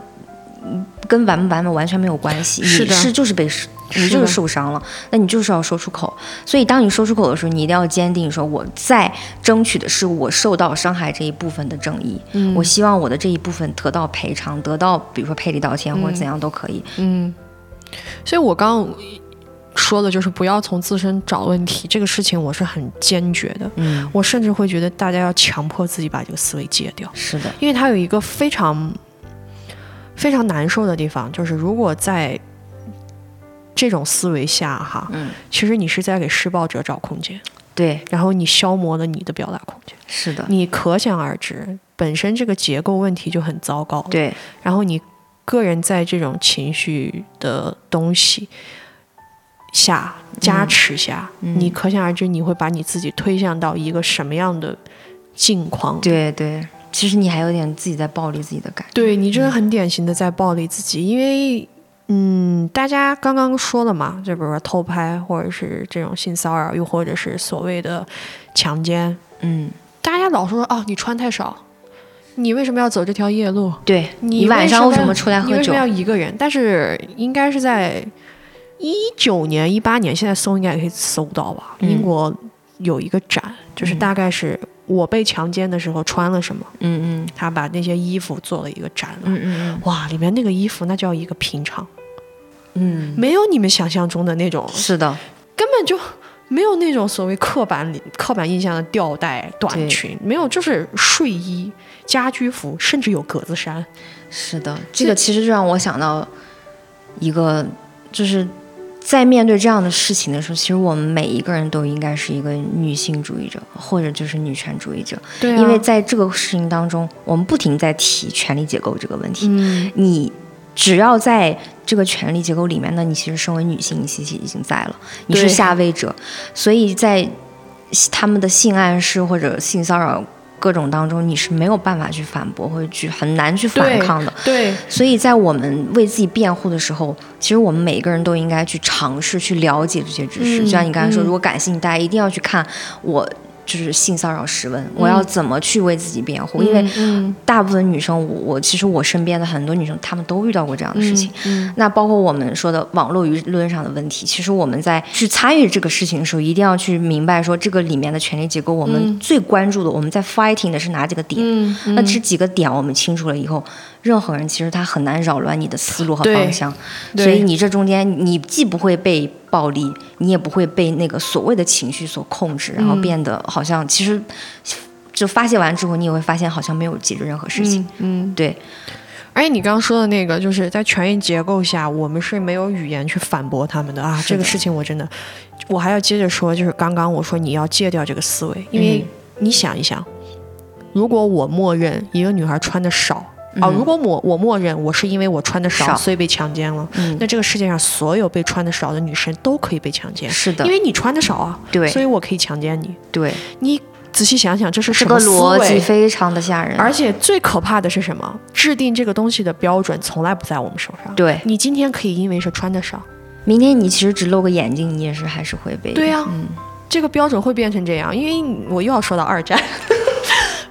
B: 嗯跟完不完美完全没有关系，
A: 是
B: 你
A: 的
B: 是就是被你
A: 是
B: 就
A: 的
B: 是受伤了，那你就是要说出口。所以，当你说出口的时候，你一定要坚定说，我在争取的是我受到伤害这一部分的正义。
A: 嗯
B: 我希望我的这一部分得到赔偿，得到比如说赔礼道歉或者怎样都可以。
A: 嗯，所以我刚刚说的就是不要从自身找问题，这个事情我是很坚决的。
B: 嗯，
A: 我甚至会觉得大家要强迫自己把这个思维戒掉。
B: 是的，
A: 因为它有一个非常非常难受的地方，就是如果在这种思维下哈，
B: 嗯，
A: 其实你是在给施暴者找空间，
B: 对，
A: 然后你消磨了你的表达空间，
B: 是的，
A: 你可想而知，本身这个结构问题就很糟糕，，
B: 对，
A: 然后你个人在这种情绪的东西下加持下，
B: 嗯
A: 你可想而知，你会把你自己推向到一个什么样的境况？
B: 对对。其实你还有点自己在暴力自己的感觉。
A: 对你真的很典型的在暴力自己，因为嗯，大家刚刚说了嘛，就比如说偷拍，或者是这种性骚扰，又或者是所谓的强奸，
B: 嗯，
A: 大家老说哦，你穿太少，你为什么要走这条夜路？
B: 对
A: 你
B: 晚上
A: 为
B: 为什么出来
A: 你
B: 喝
A: 为什
B: 酒
A: 么？要一个人？但是应该是在一九年、一八年，现在搜应该也可以搜到吧？
B: 嗯
A: 英国有一个展，就是大概是我被强奸的时候穿了什么，
B: 嗯嗯
A: 他把那些衣服做了一个展览。
B: 嗯嗯
A: 哇，里面那个衣服那叫一个平常，
B: 嗯
A: 没有你们想象中的那种
B: 嗯，，是的，
A: 根本就没有那种所谓刻板里刻板印象的吊带短
B: 对
A: 裙，没有，就是睡衣、家居服，甚至有格子衫。
B: 是的，这个其实就让我想到一个，就是在面对这样的事情的时候，其实我们每一个人都应该是一个女性主义者，或者就是女权主义者，
A: 对啊
B: 因为在这个事情当中，我们不停在提权力结构这个问题。
A: 嗯，
B: 你只要在这个权力结构里面，那你其实身为女性，你其实已经在了，你是
A: 对
B: 下位者，所以在他们的性暗示或者性骚扰。各种当中，你是没有办法去反驳，或者去很难去反
A: 对
B: 抗的。
A: 对，
B: 所以在我们为自己辩护的时候，其实我们每个人都应该去尝试去了解这些知
A: 嗯
B: 识。就像你刚才说，
A: 嗯
B: 如果感兴趣，大家一定要去看我就是性骚扰十
A: 嗯
B: 问，我要怎么去为自己辩护？因为大部分女生，我我其实我身边的很多女生，她们都遇到过这
A: 嗯
B: 样的事情。那包括我们说的网络舆论上的问题，其实我们在去参与这个事情的时候，一定要去明白说这个里面的权力结构，我
A: 嗯
B: 们最关注的，我们在 fighting 的是哪几个点？那这几个点我们清楚了以后，任何人其实他很难扰乱你的思路和
A: 对
B: 方向。
A: 对
B: 所以你这中间，你既不会被暴力，你也不会被那个所谓的情绪所控制，
A: 嗯
B: 然后变得好像其实就发泄完之后，你也会发现好像没有解决任何事情。
A: 嗯，
B: 对，
A: 哎，你刚刚说的那个，就是在权益结构下，我们是没有语言去反驳他们的啊。
B: 是
A: 这个
B: 的
A: 事情我真的，我还要接着说，就是刚刚我说你要戒掉这个思维，因
B: 嗯
A: 为你想一想，如果我默认一个女孩穿的少。啊，如果我我默认我是因为我穿的少，
B: 嗯少
A: 所以被强奸了，
B: 嗯
A: 那这个世界上所有被穿的少的女生都可以被强奸，
B: 是的
A: 因，为你穿的少啊，
B: 对
A: 所以我可以强奸你。
B: 对，
A: 你仔细想想，这是
B: 这
A: 什
B: 个
A: 么思维？
B: 逻辑非常的吓人。
A: 而且最可怕的是什么？制定这个东西的标准从来不在我们手上。
B: 对
A: 你今天可以因为是穿的少，
B: 明天你其实只露个眼睛，你也是还是会被
A: 对啊呀嗯这个标准会变成这样。因为我又要说到二战，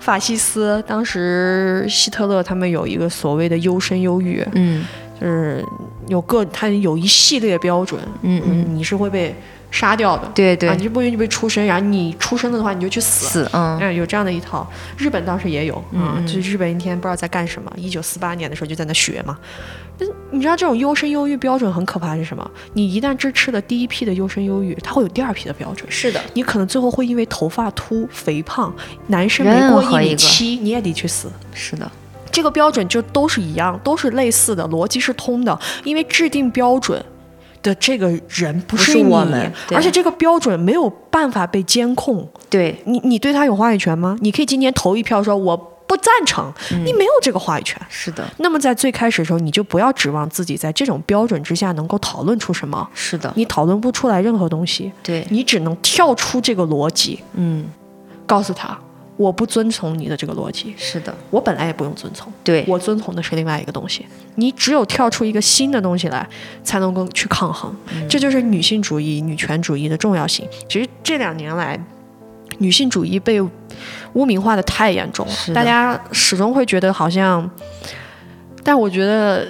A: 法西斯当时希特勒他们有一个所谓的优生优育，
B: 嗯
A: 就是有个他有一系列标准，
B: 嗯嗯，
A: 你是会被杀掉的，
B: 对
A: 啊，
B: 对
A: 你，是不允许被出生，然后你出生了的话你就去死。
B: 死嗯
A: 嗯，有这样的一套，日本当时也有，啊，就是日本一天不知道在干什么，一九四八年的时候就在那学嘛。但是你知道这种优生优育标准很可怕是什么？你一旦支持了第一批的优生优育，它会有第二批的标准。
B: 是的，
A: 你可能最后会因为头发秃、肥胖，男生
B: 任
A: 没过
B: 何
A: 一
B: 一
A: 米
B: 个
A: 七你也得去死。
B: 是的，
A: 这个标准就都是一样，都是类似的，逻辑是通的，因为制定标准。的这个人不
B: 是
A: 是你，
B: 我们对
A: 而且这个标准没有办法被监控，
B: 对
A: 你你对他有话语权吗？你可以今天投一票说我不赞成，你没有这个话语权。
B: 是的，
A: 那么在最开始的时候，你就不要指望自己在这种标准之下能够讨论出什么，
B: 是的，
A: 你讨论不出来任何东西，
B: 对
A: 你只能跳出这个逻辑，
B: 嗯
A: 告诉他我不遵从你的这个逻辑，
B: 是的，
A: 我本来也不用遵从。
B: 对
A: 我遵从的是另外一个东西，你只有跳出一个新的东西来，才能够去抗衡。这就是女性主义、女权主义的重要性。其实这两年来，女性主义被污名化的太严重了
B: 是，的
A: 大家始终会觉得好像，但我觉得。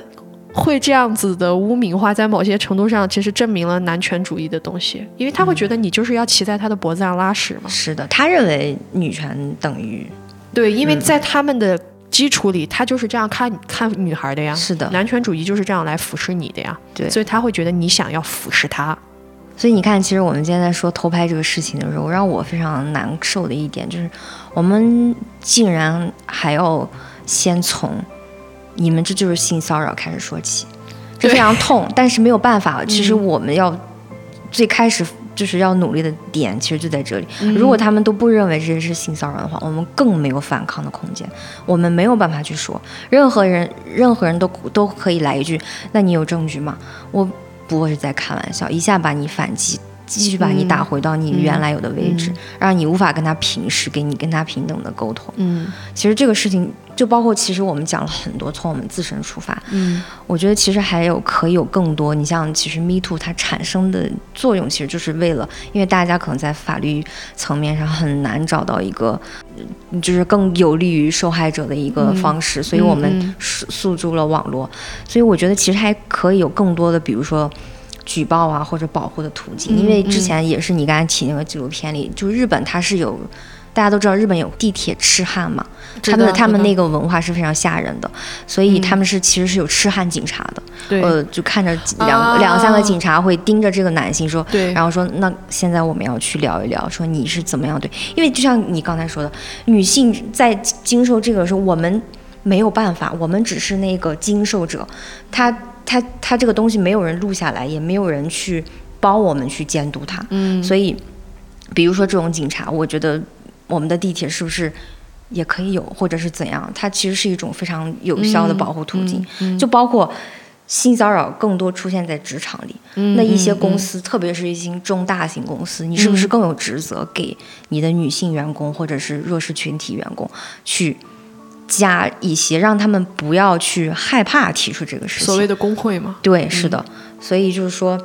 A: 会这样子的污名化，在某些程度上其实证明了男权主义的东西，因为他会觉得你就是要骑在他的脖子上拉屎嘛。
B: 是的，他认为女权等于
A: 对，因为在他们的基础里，他就是这样看看女孩的呀。
B: 是的
A: 男权主义就是这样来俯视你的呀。
B: 对
A: 所以他会觉得你想要俯视他。
B: 所以你看，其实我们今天在说偷拍这个事情的时候，让我非常难受的一点就是，我们竟然还要先从你们这就是性骚扰开始说起，这
A: 对
B: 非常痛，但是没有办法。其实我们要最开始就是要努力的点，其实就在这里。如果他们都不认为这是性骚扰的话，我们更没有反抗的空间，我们没有办法去说。任何人，任何人都都可以来一句：“那你有证据吗？”我不会是在开玩笑，一下把你反击，继续把
A: 嗯
B: 你打回到你原来有的位置，让你无法跟他平视，给你跟他平等的沟通。
A: 嗯
B: 其实这个事情，就包括其实我们讲了很多，从我们自身出发，
A: 嗯，
B: 我觉得其实还有可以有更多。你像，其实 Me Too 它产生的作用，其实就是为了，因为大家可能在法律层面上很难找到一个，嗯就是更有利于受害者的一
A: 嗯
B: 个方式，所以我们诉诉诸了网络。所以我觉得其实还可以有更多的，比如说。举报啊，或者保护的途径，
A: 嗯
B: 因为之前也是你刚才提那个纪录片里，就日本它是有，大家都知道日本有地铁痴汉嘛，
A: 知
B: 他们
A: 道
B: 他
A: 知
B: 们
A: 道嗯
B: 那个文化是非常吓人的，所以他们是其实是有痴汉警察的，
A: 对、
B: 呃，就看着几两、
A: 啊
B: 两三个警察会盯着这个男性说，
A: 对
B: 然后说那现在我们要去聊一聊，说你是怎么样对，因为就像你刚才说的，女性在经受这个的时候，我们没有办法，我们只是那个经受者，她她她这个东西没有人录下来，也没有人去帮我们去监督她，嗯，所以比如说这种警察，我觉得我们的地铁是不是？也可以有，或者是怎样？它其实是一种非常有效的保护途径，就包括性骚扰更多出现在职场里。
A: 嗯
B: 那一些公司，特别是一些中大型公司，你
A: 嗯
B: 是不是更有职责给你的女性员工或者是弱势群体员工去加一些，让他们不
A: 嗯
B: 要去害怕提出这个事情？
A: 所谓的工会嘛。
B: 对，是的。所以就是说，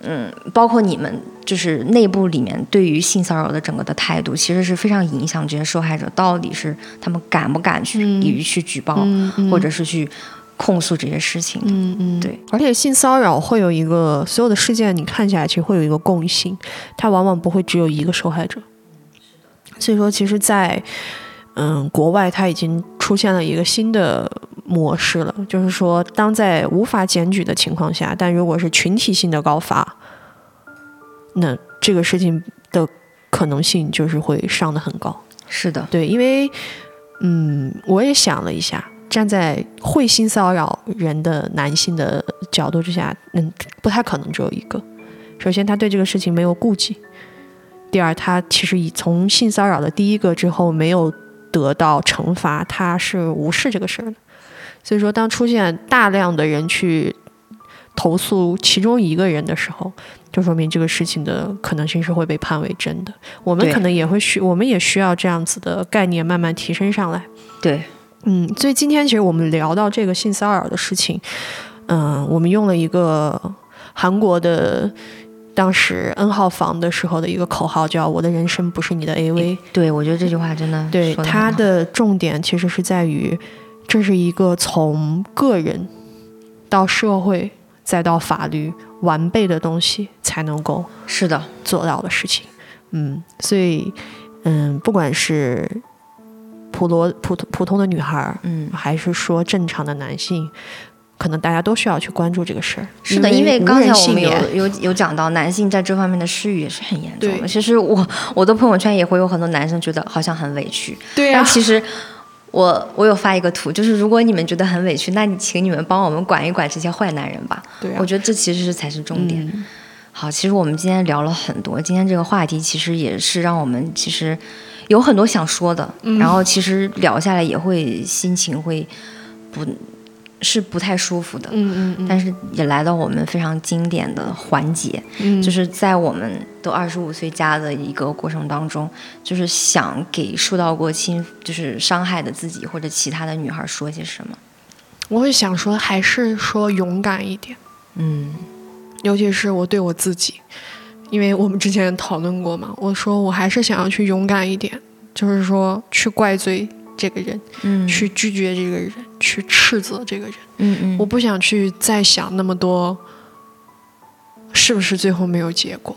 B: 嗯，包括你们就是内部里面对于性骚扰的整个的态度，其实是非常影响这些受害者到底是他们敢不敢去
A: 嗯
B: 勇于去举报，
A: 嗯嗯
B: 或者是去控诉这些事情的。
A: 嗯嗯，
B: 对。
A: 而且性骚扰会有一个所有的事件，你看起来其实会有一个共性，它往往不会只有一个受害者。所以说，其实在，嗯国外，它已经出现了一个新的模式了，就是说，当在无法检举的情况下，但如果是群体性的告发，那这个事情的可能性就是会上的很高。
B: 是的，
A: 对，因为嗯，我也想了一下，站在会性骚扰人的男性的角度之下，嗯，不太可能只有一个。首先，他对这个事情没有顾忌；第二，他其实已从性骚扰的第一个之后没有得到惩罚，他是无视这个事儿的。所以说，当出现大量的人去投诉其中一个人的时候，就说明这个事情的可能性是会被判为真的。我们
B: 对
A: 可能也会需，我们也需要这样子的概念慢慢提升上来。
B: 对，
A: 嗯，所以今天其实我们聊到这个性骚扰的事情，嗯，我们用了一个韩国的当时 N 号房的时候的一个口号，叫“我的人生不是你的 AV”。
B: 对，我觉得这句话真的
A: 对，
B: 说得
A: 它
B: 很好
A: 的重点其实是在于，这是一个从个人到社会再到法律完备的东西才能够
B: 是的，
A: 做到的事情。嗯，所以，嗯，不管是普罗普通普通的女孩儿，
B: 嗯，
A: 还是说正常的男性，可能大家都需要去关注这个事儿。
B: 是的，因为
A: 无
B: 刚才
A: 人
B: 我
A: 性
B: 们有
A: 也
B: 有有讲到，男性在这方面的私欲也是很严重的。
A: 对
B: 其实我我的朋友圈也会有很多男生觉得好像很委屈，
A: 对啊
B: 但其实我我有发一个图，就是如果你们觉得很委屈，那你请你们帮我们管一管这些坏男人吧。
A: 对啊嗯
B: 我觉得这其实是才是重点。好，其实我们今天聊了很多，今天这个话题其实也是让我们其实有很多想说的，
A: 嗯
B: 然后其实聊下来也会心情会不是不太舒服的，
A: 嗯嗯
B: 但是也来到我们非常经典的环节，
A: 嗯
B: 就是在我们都二十五岁加的一个过程当中，就是想给受到过侵就是伤害的自己或者其他的女孩说些什么。
A: 我会想说，还是说勇敢一点，
B: 嗯，
A: 尤其是我对我自己，因为我们之前讨论过嘛，我说我还是想要去勇敢一点，就是说去怪罪这个人，
B: 嗯
A: 去拒绝这个人，去斥责这个人。
B: 嗯嗯，
A: 我不想去再想那么多，是不是最后没有结果？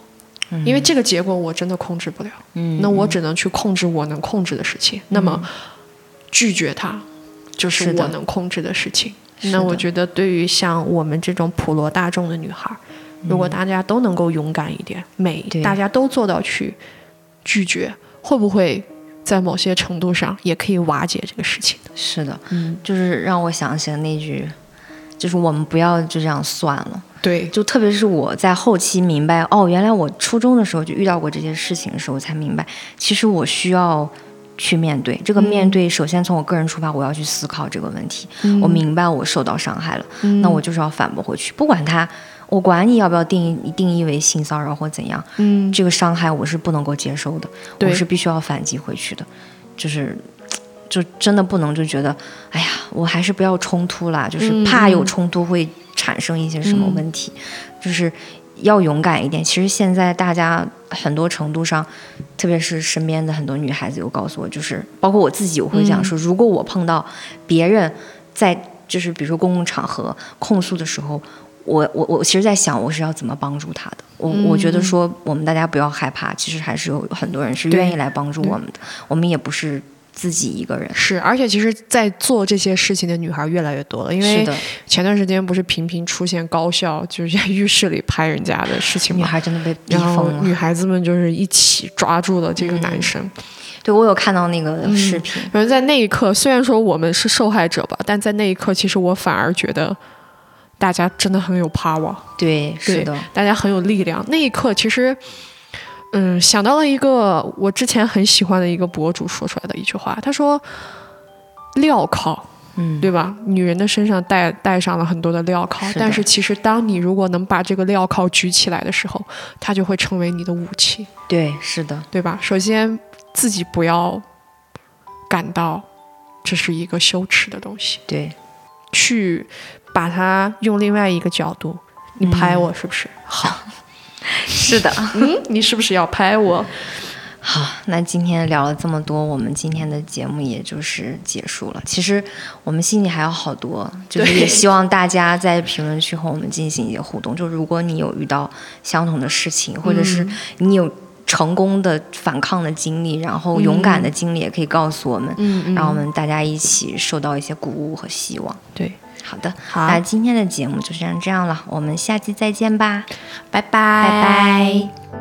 A: 因为这个结果我真的控制不了，
B: 嗯
A: 那我只能去控制我能控制的事情。那么拒绝它，就是
B: 是的
A: 我能控制的事情。
B: 是
A: 那我
B: 的
A: 觉得，对于像我们这种普罗大众的女孩儿，如果大家都能够勇敢一点，每
B: 嗯对
A: 大家都做到去拒绝，会不会在某些程度上也可以瓦解这个事情呢？
B: 是的，
A: 嗯，
B: 就是让我想起了那句，就是我们不要就这样算了。
A: 对，
B: 就特别是我在后期明白，哦，原来我初中的时候就遇到过这些事情的时候，我才明白，其实我需要去面对这个面对。首先从我个人出发，我要去思考这个问题。
A: 嗯
B: 我明白我受到伤害了，那我就是要反驳回去，不管他，我管你要不要定义定义为性骚扰或怎样，
A: 嗯，
B: 这个伤害我是不能够接受的，
A: 对
B: 我是必须要反击回去的，就是。就真的不能就觉得，哎呀，我还是不要冲突啦，就是怕有冲突会产生一些什么问题，就是要勇敢一点。其实现在大家很多程度上，特别是身边的很多女孩子有告诉我，就是包括我自己，我会讲说，如果我碰到别人在就是比如说公共场合控诉的时候，我我我其实在想，我是要怎么帮助他的。我我觉得说，我们大家不要害怕，其实还是有很多人是愿意来帮助我们的，我们也不是自己一个人。
A: 是，而且其实，在做这些事情的女孩越来越多了，因
B: 是
A: 为
B: 的，
A: 前段时间不是频频出现高校就是在浴室里拍人家的事情
B: 女
A: 嘛，
B: 孩真啊的被逼
A: 然后
B: 疯了
A: 女。孩子们就是一起抓住了这
B: 嗯
A: 个男生。
B: 对我有看到那个视频，
A: 然后在那一刻，虽然说我们是受害者吧，但在那一刻，其实我反而觉得大家真的很有 power。
B: 对，是的，
A: 大家很有力量。那一刻，其实，嗯，想到了一个我之前很喜欢的一个博主说出来的一句话，他说：“镣铐，
B: 嗯，
A: 对吧？女人的身上带带上了很多的镣铐，
B: 是的
A: 但是其实当你如果能把这个镣铐举起来的时候，它就会成为你的武器，
B: 对，是的，
A: 对吧？首先，自己不要感到这是一个羞耻的东西，
B: 对，嗯
A: 去把它用另外一个角度，你拍我是不是？好，
B: 是的，
A: 嗯，你是不是要拍我？
B: 好，那今天聊了这么多，我们今天的节目也就是结束了。其实我们心里还有好多，就是也希望大家在评论区和我们进行一些互动。就如果你有遇到相同的事情，或者是
A: 嗯
B: 你有成功的反抗的经历，然后勇敢的经历，也可以告诉我们，
A: 嗯嗯
B: 让我们大家一起受到一些鼓舞和希望。
A: 对，
B: 好的，
A: 好
B: 那今天的节目就这样这样了，我们下期再见吧，
A: 拜拜
B: 拜拜。